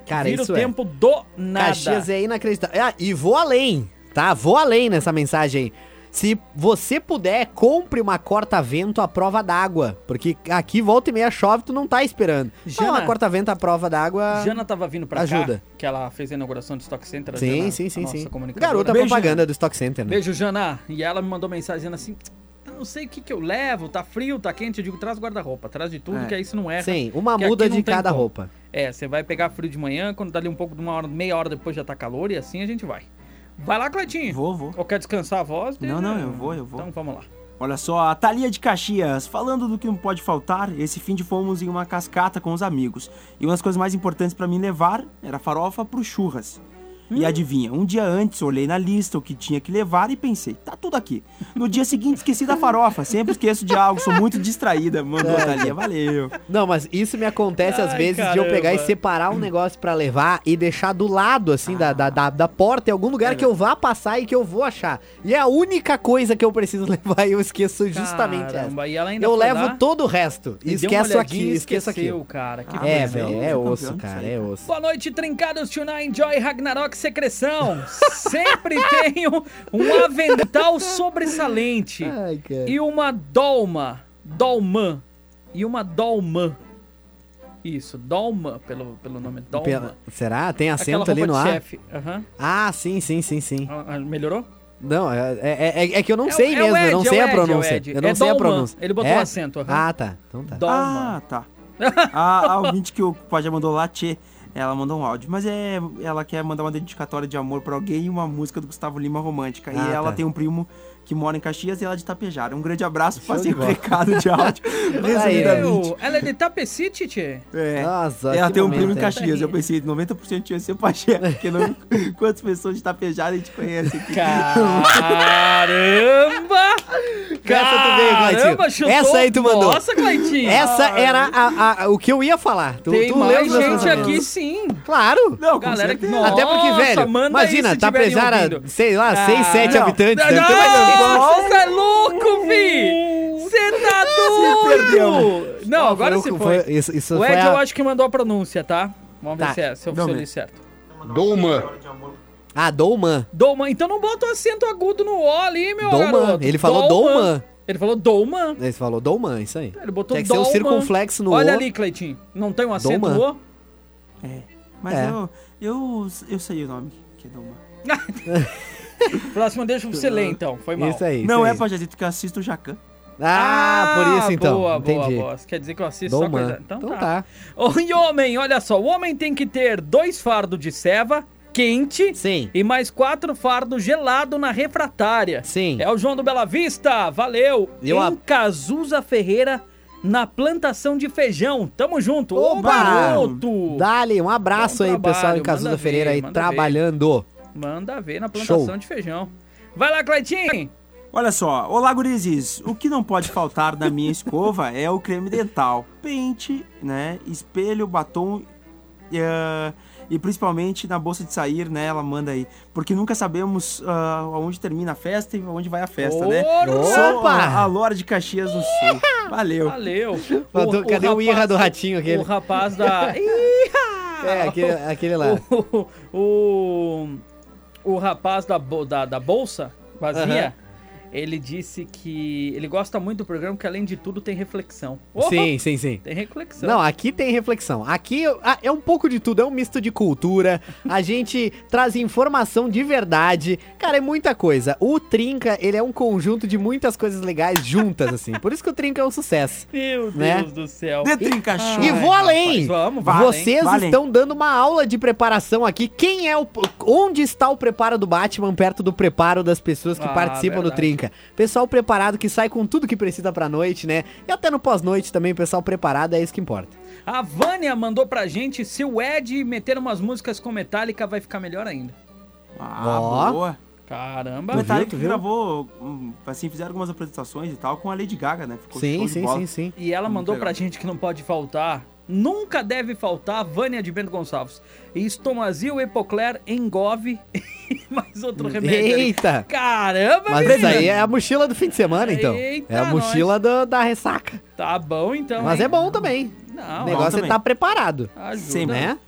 Speaker 3: Cara,
Speaker 1: vira
Speaker 3: isso
Speaker 1: o
Speaker 3: é.
Speaker 1: tempo do nada.
Speaker 3: Caxias é inacreditável. Ah, e vou além, tá? Vou além nessa mensagem. aí. Se você puder, compre uma corta-vento à prova d'água. Porque aqui volta e meia chove, tu não tá esperando. Então,
Speaker 1: Jana-
Speaker 3: uma corta-vento à prova d'água.
Speaker 1: Jana tava vindo pra
Speaker 3: Ajuda.
Speaker 1: cá, que ela fez a inauguração do Stock Center. a
Speaker 3: Sim,
Speaker 1: Jana,
Speaker 3: sim,
Speaker 1: a
Speaker 3: sim,
Speaker 1: nossa
Speaker 3: sim.
Speaker 1: comunicadora.
Speaker 3: Garota
Speaker 1: Beijo,
Speaker 3: propaganda do Stock Center, né?
Speaker 1: Beijo, Jana. E ela me mandou mensagem dizendo assim: Eu não sei o que, que eu levo, tá frio, tá quente. Eu digo: traz guarda-roupa, traz de tudo,
Speaker 2: É.
Speaker 1: que aí isso não erra.
Speaker 3: Sim, uma
Speaker 1: que aqui
Speaker 3: muda
Speaker 1: não
Speaker 3: de
Speaker 1: tem
Speaker 3: cada
Speaker 1: como.
Speaker 3: roupa.
Speaker 1: É, você vai pegar frio de manhã, quando dali um pouco de uma hora, meia hora depois já tá calor e assim a gente vai. Vai lá, Cleitinho.
Speaker 2: Vou, vou.
Speaker 1: Ou quer descansar a voz?
Speaker 2: Não, não, eu vou, eu vou.
Speaker 1: Então vamos lá.
Speaker 2: Olha só, a Thalia de Caxias, falando do que não pode faltar, esse fim de fomos em uma cascata com os amigos. E uma das coisas mais importantes pra mim levar era farofa pro churras.
Speaker 1: Hum.
Speaker 2: E adivinha, um dia antes olhei na lista o que tinha que levar e pensei, tá tudo aqui. No dia seguinte esqueci da farofa, sempre esqueço de algo, sou muito distraída, mandou
Speaker 1: É.
Speaker 2: a Thalia, valeu.
Speaker 3: Não, mas isso me acontece às
Speaker 1: Ai,
Speaker 3: vezes de eu pegar e
Speaker 1: caramba.
Speaker 3: separar um negócio pra levar e deixar do lado, assim, da, da, da, da porta, em algum lugar que eu vá passar e que eu vou achar. E é a única coisa que eu preciso (laughs) levar e eu esqueço justamente essa.
Speaker 1: Caramba, E ela ainda
Speaker 3: Eu
Speaker 1: foi
Speaker 3: levo
Speaker 1: lá,
Speaker 3: todo o resto.
Speaker 1: e deu uma
Speaker 3: Esqueço aqui,
Speaker 1: olhadinha e
Speaker 3: esqueço aqui.
Speaker 1: esqueceu, cara. Que
Speaker 2: Ah,
Speaker 3: É,
Speaker 2: mas
Speaker 1: coisa,
Speaker 3: velho,
Speaker 2: eu
Speaker 1: hein?
Speaker 3: é
Speaker 2: sou
Speaker 3: osso,
Speaker 2: campeão disso
Speaker 3: cara,
Speaker 2: aí,
Speaker 3: é
Speaker 2: cara.
Speaker 3: osso.
Speaker 1: Boa noite, trincados, Tuna, Enjoy, Ragnarok, Secreção. Sempre (laughs) tenho um avental sobressalente
Speaker 3: Ai, cara.
Speaker 1: e uma dolma, dolmã e uma dolmã. Isso, dolma, pelo, pelo nome dolma.
Speaker 3: Pela- Será? Tem
Speaker 1: Aquela
Speaker 3: acento
Speaker 1: roupa
Speaker 3: ali no
Speaker 1: de
Speaker 3: ar?
Speaker 1: chefe. Aham.
Speaker 3: Ah, sim, sim, sim, sim.
Speaker 1: Ah, ah, Melhorou?
Speaker 3: Não, é, é, é- é que eu não
Speaker 1: É o-
Speaker 3: sei
Speaker 1: é o
Speaker 3: mesmo, eu não
Speaker 1: Ed, é
Speaker 3: sei
Speaker 1: o Ed,
Speaker 3: a
Speaker 1: é o
Speaker 3: pronúncia.
Speaker 1: Ed.
Speaker 3: Eu não
Speaker 1: É
Speaker 3: sei a
Speaker 1: Dolman,
Speaker 3: pronúncia.
Speaker 1: ele botou
Speaker 3: É?
Speaker 1: um acento, aham.
Speaker 3: Ah, tá. Então tá.
Speaker 1: Dolma.
Speaker 2: Ah, tá. A, a ouvinte que o Pajé mandou lá, Tchê, ela mandou um áudio. Mas é, ela quer mandar uma dedicatória de amor pra alguém e uma música do Gustavo Lima romântica.
Speaker 3: Ah,
Speaker 2: e ela
Speaker 3: tá.
Speaker 2: tem um primo que mora em Caxias e ela é de Tapejara. Um grande abraço,
Speaker 3: Show
Speaker 2: passei
Speaker 3: de
Speaker 2: o
Speaker 3: bola.
Speaker 2: recado de
Speaker 3: (laughs)
Speaker 2: áudio. resumidamente.
Speaker 1: Meu, ela é de Tapecite, tchê?
Speaker 2: É.
Speaker 3: Nossa,
Speaker 2: Ela
Speaker 3: Ah, tá, que
Speaker 2: tem um primo
Speaker 3: momento,
Speaker 2: em
Speaker 3: hein?
Speaker 2: Caxias. Eu pensei, 90% ia ser Pajé, porque não, (laughs) quantas pessoas de Tapejara a gente conhece aqui.
Speaker 1: Caramba!
Speaker 3: Essa tu veio, Claitinho.
Speaker 1: Caramba, chutou.
Speaker 3: Essa aí tu mandou.
Speaker 1: Nossa, Claitinho.
Speaker 3: Essa era a- a- o que eu ia falar. Tu,
Speaker 1: Tem
Speaker 3: tu leu
Speaker 1: mais
Speaker 3: os meus
Speaker 1: gente
Speaker 3: pensamentos.
Speaker 1: aqui, sim.
Speaker 3: Claro.
Speaker 2: Não, com
Speaker 1: Galera que-
Speaker 2: certeza.
Speaker 1: Nossa,
Speaker 3: Até porque, velho,
Speaker 1: manda aí
Speaker 3: imagina,
Speaker 1: se
Speaker 3: tá
Speaker 1: tiverem
Speaker 3: pesada,
Speaker 1: ouvindo.
Speaker 3: sei lá, 6,
Speaker 1: Ah,
Speaker 3: 7
Speaker 1: não.
Speaker 3: habitantes. deve ter mais alguém.
Speaker 1: Nossa, você é louco, vi! Você tá doido! Não,
Speaker 3: né? Ó,
Speaker 1: agora
Speaker 3: eu-
Speaker 1: se foi.
Speaker 3: Isso, isso
Speaker 1: O
Speaker 3: foi
Speaker 1: Ed,
Speaker 3: a-
Speaker 1: eu acho que mandou a pronúncia, tá? Vamos ver
Speaker 3: Tá,
Speaker 1: se é, se eu
Speaker 2: vamos
Speaker 1: se eu
Speaker 2: ver.
Speaker 1: li certo.
Speaker 6: Doma.
Speaker 3: Ah, Douman.
Speaker 1: Dolman, então não bota o acento agudo no O ali, meu
Speaker 3: Dolman,
Speaker 1: garoto.
Speaker 3: ele falou Dolman.
Speaker 1: Ele falou Dolman.
Speaker 3: Ele falou Douman, isso aí.
Speaker 1: Ele botou
Speaker 3: Tem que ser um
Speaker 1: Dolman.
Speaker 3: circunflexo no
Speaker 1: Olha
Speaker 3: O.
Speaker 1: ali, Cleitinho. Não tem um acento
Speaker 3: Dolman.
Speaker 1: no O?
Speaker 2: Mas
Speaker 3: É.
Speaker 2: eu, eu, eu sei o nome que é Doma.
Speaker 1: Próxima deixa pra você ler, então. Foi mal.
Speaker 3: Isso aí.
Speaker 2: Não
Speaker 3: isso
Speaker 2: é
Speaker 3: aí.
Speaker 2: Pajazito que eu assisto o Jacan.
Speaker 3: Ah, por isso então.
Speaker 1: Boa,
Speaker 3: Entendi.
Speaker 1: boa, boa. Quer dizer que eu assisto só
Speaker 3: Douman.
Speaker 1: coisa...
Speaker 3: Então,
Speaker 1: tá.
Speaker 3: tá.
Speaker 1: Oi, homem, olha só. O homem tem que ter dois fardos de ceva quente
Speaker 3: Sim.
Speaker 1: e mais quatro fardos gelado na refratária.
Speaker 3: Sim.
Speaker 1: É o João do Bela Vista. Valeu.
Speaker 3: Eu
Speaker 1: em
Speaker 3: a-
Speaker 1: Cazuza Ferreira, na plantação de feijão. Tamo junto. Ô,
Speaker 3: Oba!
Speaker 1: garoto!
Speaker 3: Dali, um abraço
Speaker 1: Bom
Speaker 3: aí, pessoal,
Speaker 1: trabalho,
Speaker 3: em Cazuza
Speaker 1: manda
Speaker 3: Ferreira
Speaker 1: ver,
Speaker 3: aí
Speaker 1: manda
Speaker 3: trabalhando.
Speaker 1: Manda ver na plantação
Speaker 3: Show.
Speaker 1: de feijão. Vai lá, Cleitinho.
Speaker 2: Olha só, olá gurizes, o que não pode faltar na minha escova é o creme dental, pente, né, espelho, batom eh, e principalmente na bolsa de sair, né, ela manda aí, porque nunca sabemos ah, aonde termina a festa e aonde vai a festa, né?
Speaker 1: Opa!
Speaker 2: Sou ah, a Lora de Caxias do Sul, valeu.
Speaker 3: (laughs)
Speaker 1: Valeu.
Speaker 3: Faltou- cadê o irra do ratinho aquele?
Speaker 1: O rapaz
Speaker 3: (laughs)
Speaker 1: da... Irra!
Speaker 3: É, aquele, aquele lá.
Speaker 1: O, o, o rapaz da, bo- da, da bolsa vazia, ele disse que ele gosta muito do programa, que além de tudo tem reflexão. Oh,
Speaker 3: Sim, sim, sim.
Speaker 1: Tem reflexão.
Speaker 3: Não, aqui tem reflexão. Aqui ah, é um pouco de tudo, é um misto de cultura. A (laughs) gente traz informação de verdade. Cara, é muita coisa. O Trinca, ele é um conjunto de muitas coisas legais juntas, assim. Por isso que o Trinca é um sucesso.
Speaker 1: Meu Deus
Speaker 3: Né?
Speaker 1: do céu.
Speaker 2: Detrincaxão.
Speaker 3: E vou além!
Speaker 1: Mas vamos, vamos. hein?
Speaker 3: Vocês
Speaker 2: valem.
Speaker 3: estão dando uma aula de preparação aqui. Quem é o. Onde está o preparo do Batman perto do preparo das pessoas que
Speaker 1: Ah,
Speaker 3: participam do
Speaker 1: verdade.
Speaker 3: Trinca? Pessoal preparado que sai com tudo que precisa pra noite, né? E até no pós-noite também, pessoal preparado, é isso que importa.
Speaker 1: A Vânia mandou pra gente se o Ed meter umas músicas com Metallica vai ficar melhor ainda.
Speaker 2: Ah,
Speaker 3: Ó.
Speaker 2: boa.
Speaker 1: Caramba.
Speaker 2: O Metallica
Speaker 3: tu
Speaker 2: que
Speaker 3: viu?
Speaker 2: gravou, hum, assim, fizeram algumas apresentações e tal com a Lady Gaga, né? Ficou show
Speaker 3: sim,
Speaker 2: de
Speaker 3: sim,
Speaker 2: bola.
Speaker 3: sim, sim.
Speaker 1: E ela
Speaker 2: Muito
Speaker 1: mandou
Speaker 2: legal.
Speaker 1: pra gente que não pode faltar. Nunca deve faltar Vânia de Bento Gonçalves. Estomazil, Epocler, Engove (laughs) e mais outro
Speaker 2: é
Speaker 1: remédio.
Speaker 2: né?
Speaker 1: ali.
Speaker 3: Eita!
Speaker 1: Caramba,
Speaker 3: Mas
Speaker 1: menino.
Speaker 3: isso aí é a mochila do fim de semana, então.
Speaker 1: Eita,
Speaker 3: é a mochila do- da ressaca.
Speaker 1: Tá bom então.
Speaker 3: Mas
Speaker 1: hein?
Speaker 3: é bom também.
Speaker 2: Tá
Speaker 1: Não,
Speaker 3: o negócio é
Speaker 2: também.
Speaker 3: estar preparado.
Speaker 1: ajuda.
Speaker 2: Sempre.
Speaker 3: Né?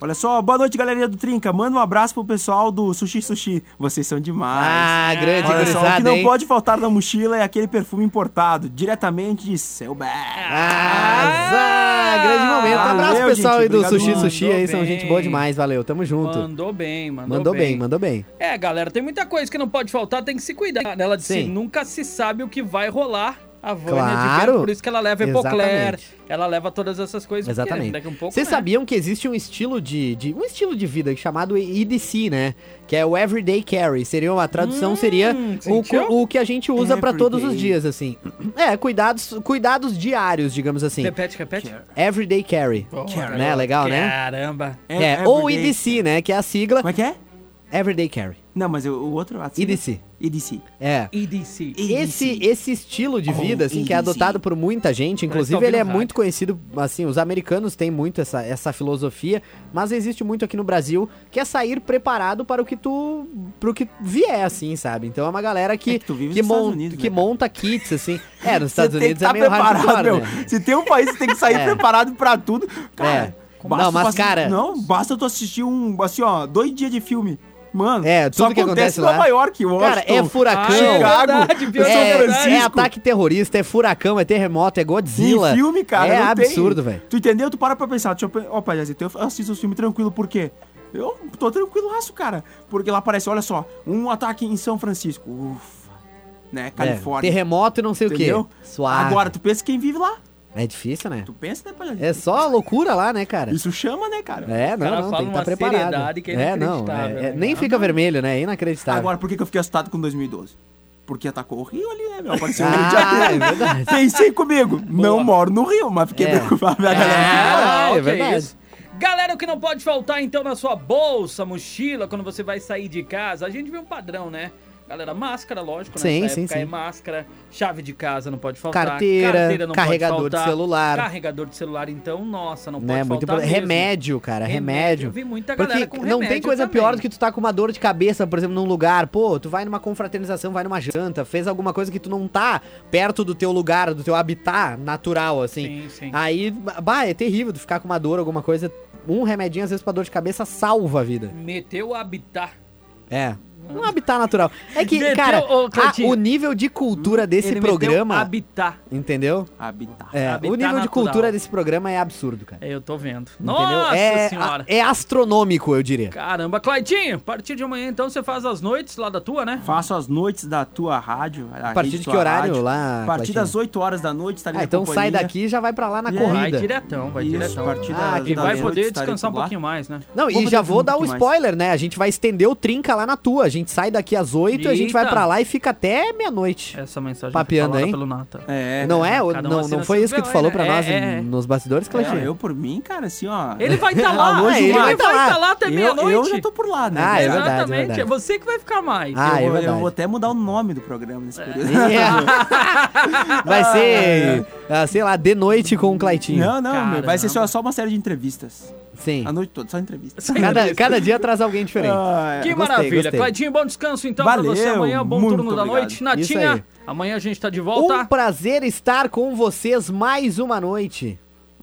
Speaker 2: Olha só, boa noite, galerinha do Trinca. Manda um abraço pro pessoal do Sushi Sushi. Vocês são demais.
Speaker 3: Ah, grande
Speaker 2: Olha só, o que
Speaker 3: gurizada,
Speaker 2: não
Speaker 3: hein?
Speaker 2: pode faltar na mochila é aquele perfume importado, diretamente de Selbach.
Speaker 3: Ah, zá, grande momento.
Speaker 2: Valeu,
Speaker 3: Abraço, pessoal
Speaker 2: gente,
Speaker 3: aí do
Speaker 2: obrigado,
Speaker 3: Sushi
Speaker 2: mandou
Speaker 3: Sushi aí, são
Speaker 1: bem.
Speaker 3: gente boa demais, valeu, tamo junto. Mandou,
Speaker 1: Mandou bem, mandou,
Speaker 3: bem. mandou bem.
Speaker 1: É, galera, tem muita coisa que não pode faltar, tem que se cuidar. né? Ela disse,
Speaker 3: Sim.
Speaker 1: nunca se sabe o que vai rolar. A Vânia
Speaker 3: Claro.
Speaker 1: de Bento, por isso que ela leva Epocler,
Speaker 3: Exatamente.
Speaker 1: ela leva todas essas coisas. porque
Speaker 3: Exatamente.
Speaker 1: Daqui um pouco,
Speaker 3: Vocês
Speaker 1: né?
Speaker 3: sabiam que existe um estilo de, de- um estilo de vida chamado EDC, né? Que é o Everyday Carry. Seria uma a tradução
Speaker 1: Hum,
Speaker 3: seria o,
Speaker 1: sentiu?
Speaker 3: cu- o que a gente usa pra todos os
Speaker 2: Everyday.
Speaker 3: dias assim. É, cuidados, cuidados diários, digamos assim.
Speaker 1: Repete, repete.
Speaker 3: Everyday Carry.
Speaker 1: Porra,
Speaker 3: Né? Legal, né?
Speaker 1: Caramba.
Speaker 3: É,
Speaker 2: Everyday-
Speaker 3: ou EDC, né? Que é a sigla
Speaker 2: Como é que é?
Speaker 3: Everyday Carry.
Speaker 2: Não, mas eu- o outro... assim,
Speaker 3: EDC.
Speaker 2: EDC.
Speaker 3: É.
Speaker 1: EDC.
Speaker 3: Esse, esse estilo de
Speaker 2: Oh,
Speaker 3: vida, assim, que é
Speaker 2: easy.
Speaker 3: adotado por muita gente,
Speaker 1: Parece
Speaker 3: inclusive
Speaker 1: que tá
Speaker 3: ele é
Speaker 1: ouvindo
Speaker 3: muito conhecido, assim, os americanos têm muito essa, essa filosofia, mas existe muito aqui no Brasil, que é sair preparado para o que tu, para o que vier, assim, sabe? Então é uma galera que,
Speaker 2: É que tu vive
Speaker 3: que,
Speaker 2: nos Estados
Speaker 3: mon-
Speaker 2: Unidos,
Speaker 3: que
Speaker 2: né, cara?
Speaker 3: monta
Speaker 2: (laughs)
Speaker 3: kits, assim. É, nos Estados
Speaker 2: Você tem que
Speaker 3: Unidos é
Speaker 2: estar
Speaker 3: meio
Speaker 2: preparado,
Speaker 3: hardcore,
Speaker 2: meu.
Speaker 3: né?
Speaker 2: Se tem um país que tem que sair
Speaker 3: (laughs) É.
Speaker 2: preparado pra tudo, cara.
Speaker 3: Não, mas,
Speaker 2: tu assistir-
Speaker 3: cara-
Speaker 2: Não, basta tu assistir um, assim, ó, dois dias de filme. Mano,
Speaker 3: É, tudo
Speaker 2: só
Speaker 3: que acontece
Speaker 2: acontece em
Speaker 3: lá.
Speaker 2: Nova York, Washington.
Speaker 3: Cara, é furacão,
Speaker 2: Ah, Chicago,
Speaker 1: verdade, pior que
Speaker 2: São
Speaker 3: é,
Speaker 2: Francisco.
Speaker 3: é ataque terrorista, é furacão, é terremoto, é Godzilla.
Speaker 2: Em filme, cara,
Speaker 3: É
Speaker 2: não tem.
Speaker 3: absurdo, velho.
Speaker 2: Tu entendeu? Tu para pra pensar. Deixa eu... pe- Ó, Pajés, então eu assisto os filmes tranquilo, por quê? Eu tô tranquilaço, cara. Porque lá aparece, olha só, um ataque em São Francisco. Ufa. Né, Califórnia.
Speaker 3: É, terremoto e não sei o
Speaker 2: Entendeu?
Speaker 3: quê. Suave.
Speaker 2: Agora, tu pensa quem vive lá.
Speaker 3: É difícil, né?
Speaker 2: Tu pensa, né, Pajés?
Speaker 3: É só loucura lá, né, cara?
Speaker 2: Isso chama, né, cara?
Speaker 3: É, não,
Speaker 1: cara
Speaker 3: não,
Speaker 1: fala
Speaker 3: tem que estar
Speaker 1: uma
Speaker 3: preparado.
Speaker 1: seriedade que é
Speaker 3: é, não,
Speaker 1: inacreditável,
Speaker 3: é- é-
Speaker 1: né,
Speaker 3: nem
Speaker 1: cara?
Speaker 3: fica vermelho, né? É inacreditável.
Speaker 2: Agora, por que, que eu fiquei assustado com 2012? Porque atacou o Rio ali, né, meu? Apareceu o Rio de
Speaker 3: ah, é
Speaker 2: Janeiro.
Speaker 3: verdade.
Speaker 2: Pensei comigo, não moro no Rio, mas fiquei
Speaker 3: É.
Speaker 2: preocupado, né, galera?
Speaker 3: Ah,
Speaker 1: Caralho,
Speaker 3: é verdade.
Speaker 1: Galera, o que não pode faltar então na sua bolsa, mochila, quando você vai sair de casa, a gente vê um padrão, né? Galera, máscara, lógico,
Speaker 3: Sim,
Speaker 1: nessa
Speaker 3: sim,
Speaker 1: época é
Speaker 3: sim.
Speaker 1: máscara, chave de casa não pode faltar,
Speaker 3: Carteira, carregador de celular.
Speaker 1: carregador de celular, então, nossa, não
Speaker 3: Né,
Speaker 1: pode
Speaker 3: muito
Speaker 1: faltar
Speaker 3: importante.
Speaker 1: mesmo.
Speaker 3: Remédio, cara,
Speaker 1: Eu
Speaker 3: remédio.
Speaker 1: vi muita
Speaker 3: Porque
Speaker 1: galera com
Speaker 3: não tem
Speaker 1: remédio
Speaker 3: coisa
Speaker 1: também.
Speaker 3: pior do que tu tá com uma dor de cabeça, por exemplo, num lugar. Pô, tu vai numa confraternização, vai numa janta, fez alguma coisa que tu não tá perto do teu lugar, do teu habitat natural, assim.
Speaker 1: Sim, sim.
Speaker 3: Aí, bah, é terrível tu ficar com uma dor, alguma coisa. Um remedinho, às vezes, pra dor de cabeça salva a vida.
Speaker 1: Meteu o habitat.
Speaker 3: É. Um habitat natural. É que,
Speaker 1: Meteu,
Speaker 3: cara,
Speaker 1: ô, Claudinho.
Speaker 3: a- o nível de cultura desse
Speaker 1: Ele meteu
Speaker 3: programa.
Speaker 1: habitat.
Speaker 3: Entendeu?
Speaker 2: Habitat.
Speaker 3: É,
Speaker 1: Habitat
Speaker 3: o nível de
Speaker 1: natural.
Speaker 3: cultura desse programa é absurdo, cara.
Speaker 1: É, eu tô vendo.
Speaker 3: Entendeu?
Speaker 1: Nossa
Speaker 3: é,
Speaker 1: senhora.
Speaker 3: a- é astronômico, eu diria.
Speaker 1: Caramba, Claitinho, a partir de amanhã então você faz as noites lá da tua, né?
Speaker 2: Faço as noites da tua rádio. A,
Speaker 3: partir
Speaker 2: rede
Speaker 3: de
Speaker 2: tua
Speaker 3: que horário
Speaker 2: rádio.
Speaker 3: lá,
Speaker 2: A partir
Speaker 3: Claudinho?
Speaker 2: das 8 horas da noite, tá
Speaker 3: Ah, então sai daqui e já vai pra lá na
Speaker 2: E aí,
Speaker 1: Vai
Speaker 3: corrida.
Speaker 1: diretão, vai
Speaker 2: Isso,
Speaker 1: diretão.
Speaker 2: a partir
Speaker 3: Ah,
Speaker 2: das
Speaker 3: que
Speaker 1: E
Speaker 2: das
Speaker 1: vai
Speaker 2: oito
Speaker 1: poder
Speaker 2: estarei
Speaker 1: descansar um
Speaker 2: por lá.
Speaker 1: pouquinho mais, né?
Speaker 3: Não,
Speaker 2: Vou
Speaker 3: e já
Speaker 2: botar
Speaker 3: vou
Speaker 2: tudo
Speaker 3: dar um o
Speaker 2: mais.
Speaker 3: spoiler, né? A gente vai estender o trinca lá na tua a gente sai daqui às 8, a gente vai
Speaker 1: Eita.
Speaker 3: pra lá e fica até meia-noite.
Speaker 1: Essa mensagem
Speaker 3: Papeando,
Speaker 1: foi falada
Speaker 3: hein?
Speaker 1: pelo Nata.
Speaker 2: É.
Speaker 3: não é?
Speaker 1: cada um
Speaker 3: não
Speaker 1: assina
Speaker 3: não foi
Speaker 1: seu
Speaker 3: isso que tu
Speaker 1: BO,
Speaker 3: falou
Speaker 1: né?
Speaker 3: pra
Speaker 1: É,
Speaker 3: nós
Speaker 1: é,
Speaker 3: em-
Speaker 1: é.
Speaker 3: nos bastidores,
Speaker 2: Não,
Speaker 3: Clashing?
Speaker 2: eu por mim, cara, assim, ó.
Speaker 1: Ele vai
Speaker 2: (laughs)
Speaker 3: (laughs)
Speaker 1: estar lá,
Speaker 3: Alô,
Speaker 1: ele
Speaker 3: Gilmar.
Speaker 1: vai estar lá até
Speaker 2: eu,
Speaker 1: meia-noite.
Speaker 2: eu já tô por lá, né?
Speaker 3: Ah, é verdade, é
Speaker 1: Exatamente,
Speaker 3: verdade.
Speaker 1: é você que vai ficar mais.
Speaker 3: Ah,
Speaker 2: eu,
Speaker 3: é
Speaker 2: vou- eu
Speaker 3: verdade.
Speaker 2: vou até mudar o nome do programa nesse período.
Speaker 3: (laughs) É. (laughs) Vai ser, ah, sei lá, de noite com o Claitinho.
Speaker 2: Não, não, meu, vai ser só,
Speaker 1: Caramba.
Speaker 2: só uma série de entrevistas.
Speaker 3: Sim.
Speaker 2: A noite toda, só entrevistas.
Speaker 3: Cada, cada dia traz alguém diferente.
Speaker 2: Ah,
Speaker 1: Que
Speaker 3: gostei,
Speaker 1: maravilha.
Speaker 3: gostei.
Speaker 1: Claudinho, bom descanso então pra
Speaker 2: Valeu,
Speaker 1: você amanhã. Bom
Speaker 2: muito
Speaker 1: turno da
Speaker 2: obrigado.
Speaker 1: noite.
Speaker 3: Isso
Speaker 1: Natinha,
Speaker 3: aí.
Speaker 1: amanhã a gente tá de
Speaker 3: Um
Speaker 1: volta.
Speaker 3: prazer estar com vocês mais uma noite.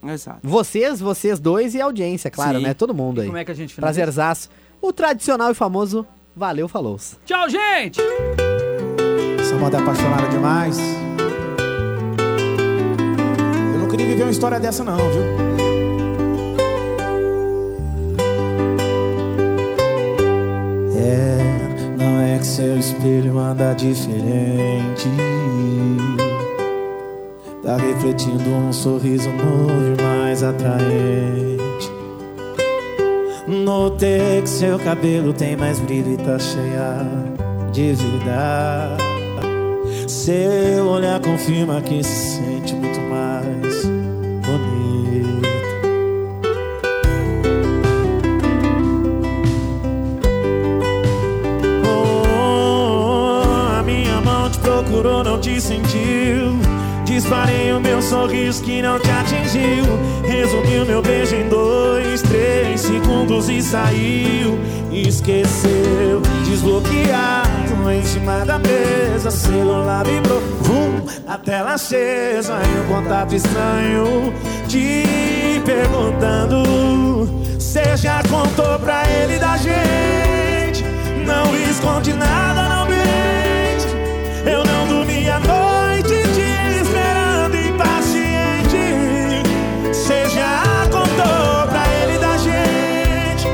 Speaker 2: é. Exato.
Speaker 3: Vocês, vocês dois e a audiência, claro,
Speaker 2: Sim.
Speaker 3: né? Todo mundo aí.
Speaker 1: Como é que a gente finaliza?
Speaker 3: Prazerzaço. O tradicional e famoso Valeu, falou.
Speaker 1: Tchau, gente!
Speaker 8: Essa moda é apaixonada demais. Eu não queria viver uma história dessa, não, viu? É, não é que seu espelho anda diferente. Tá refletindo um sorriso novo e mais atraente. Notei que seu cabelo tem mais brilho e tá cheia de vida. Seu olhar confirma que se sente muito mais bonita. Oh, a minha mão te procurou, não te sentiu. Disparei o meu sorriso que não te atingiu. Resumi o meu beijo em dois, três segundos e saiu. Esqueceu, desbloqueado em cima da mesa. Celular vibrou, vum, a tela acesa. E um contato estranho te perguntando. Você já contou pra ele da gente? Não esconde nada, não mente. Eu não dormi a noite te esperando impaciente. Você já contou pra ele da gente.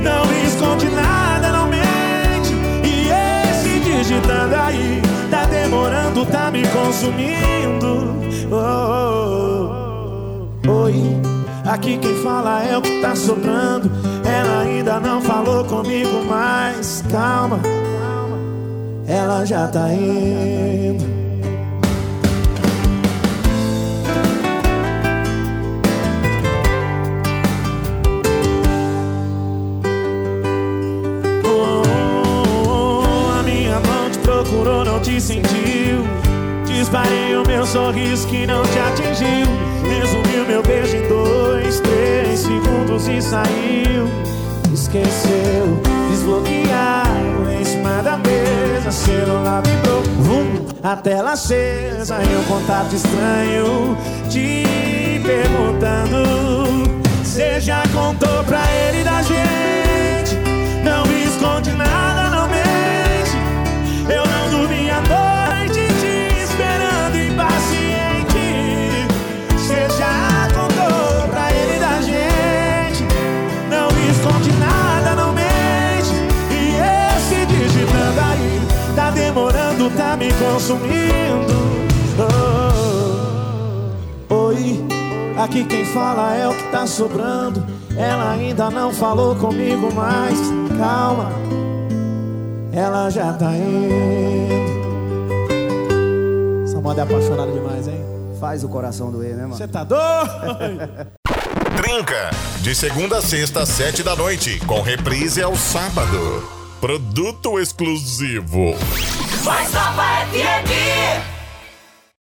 Speaker 8: Não esconde nada, não mente. E esse digitando aí tá demorando, tá me consumindo. Oh, oh, oh. Oi. Aqui quem fala é o que tá sobrando. Ela ainda não falou comigo, mas calma ela já tá indo. Oh, a minha mão te procurou, não te sentiu. Disparei o meu sorriso que não te atingiu. Resumiu meu beijo em dois, três segundos e saiu. Esqueceu, desbloqueado em cima da mesa. Celular vibrou, vum, a tela acesa. E um contato estranho te perguntando. Você já contou pra ele da gente? Não esconde nada, não mente. Eu não dormi a noite te esperando impaciente. Você já contou pra ele da gente? Não esconde nada, não mente. E esse digitando aí tá demorando, tá me consumindo. Oh, Oi, aqui quem fala é o que tá sobrando. Ela ainda não falou comigo, mas calma, ela já tá indo. Essa moda é apaixonada demais, hein?
Speaker 9: Faz o coração doer, né, mano?
Speaker 8: Você tá doido?
Speaker 6: Trinca. De segunda a sexta, às sete da noite. Com reprise ao sábado. Produto exclusivo.
Speaker 7: Mais nova FM.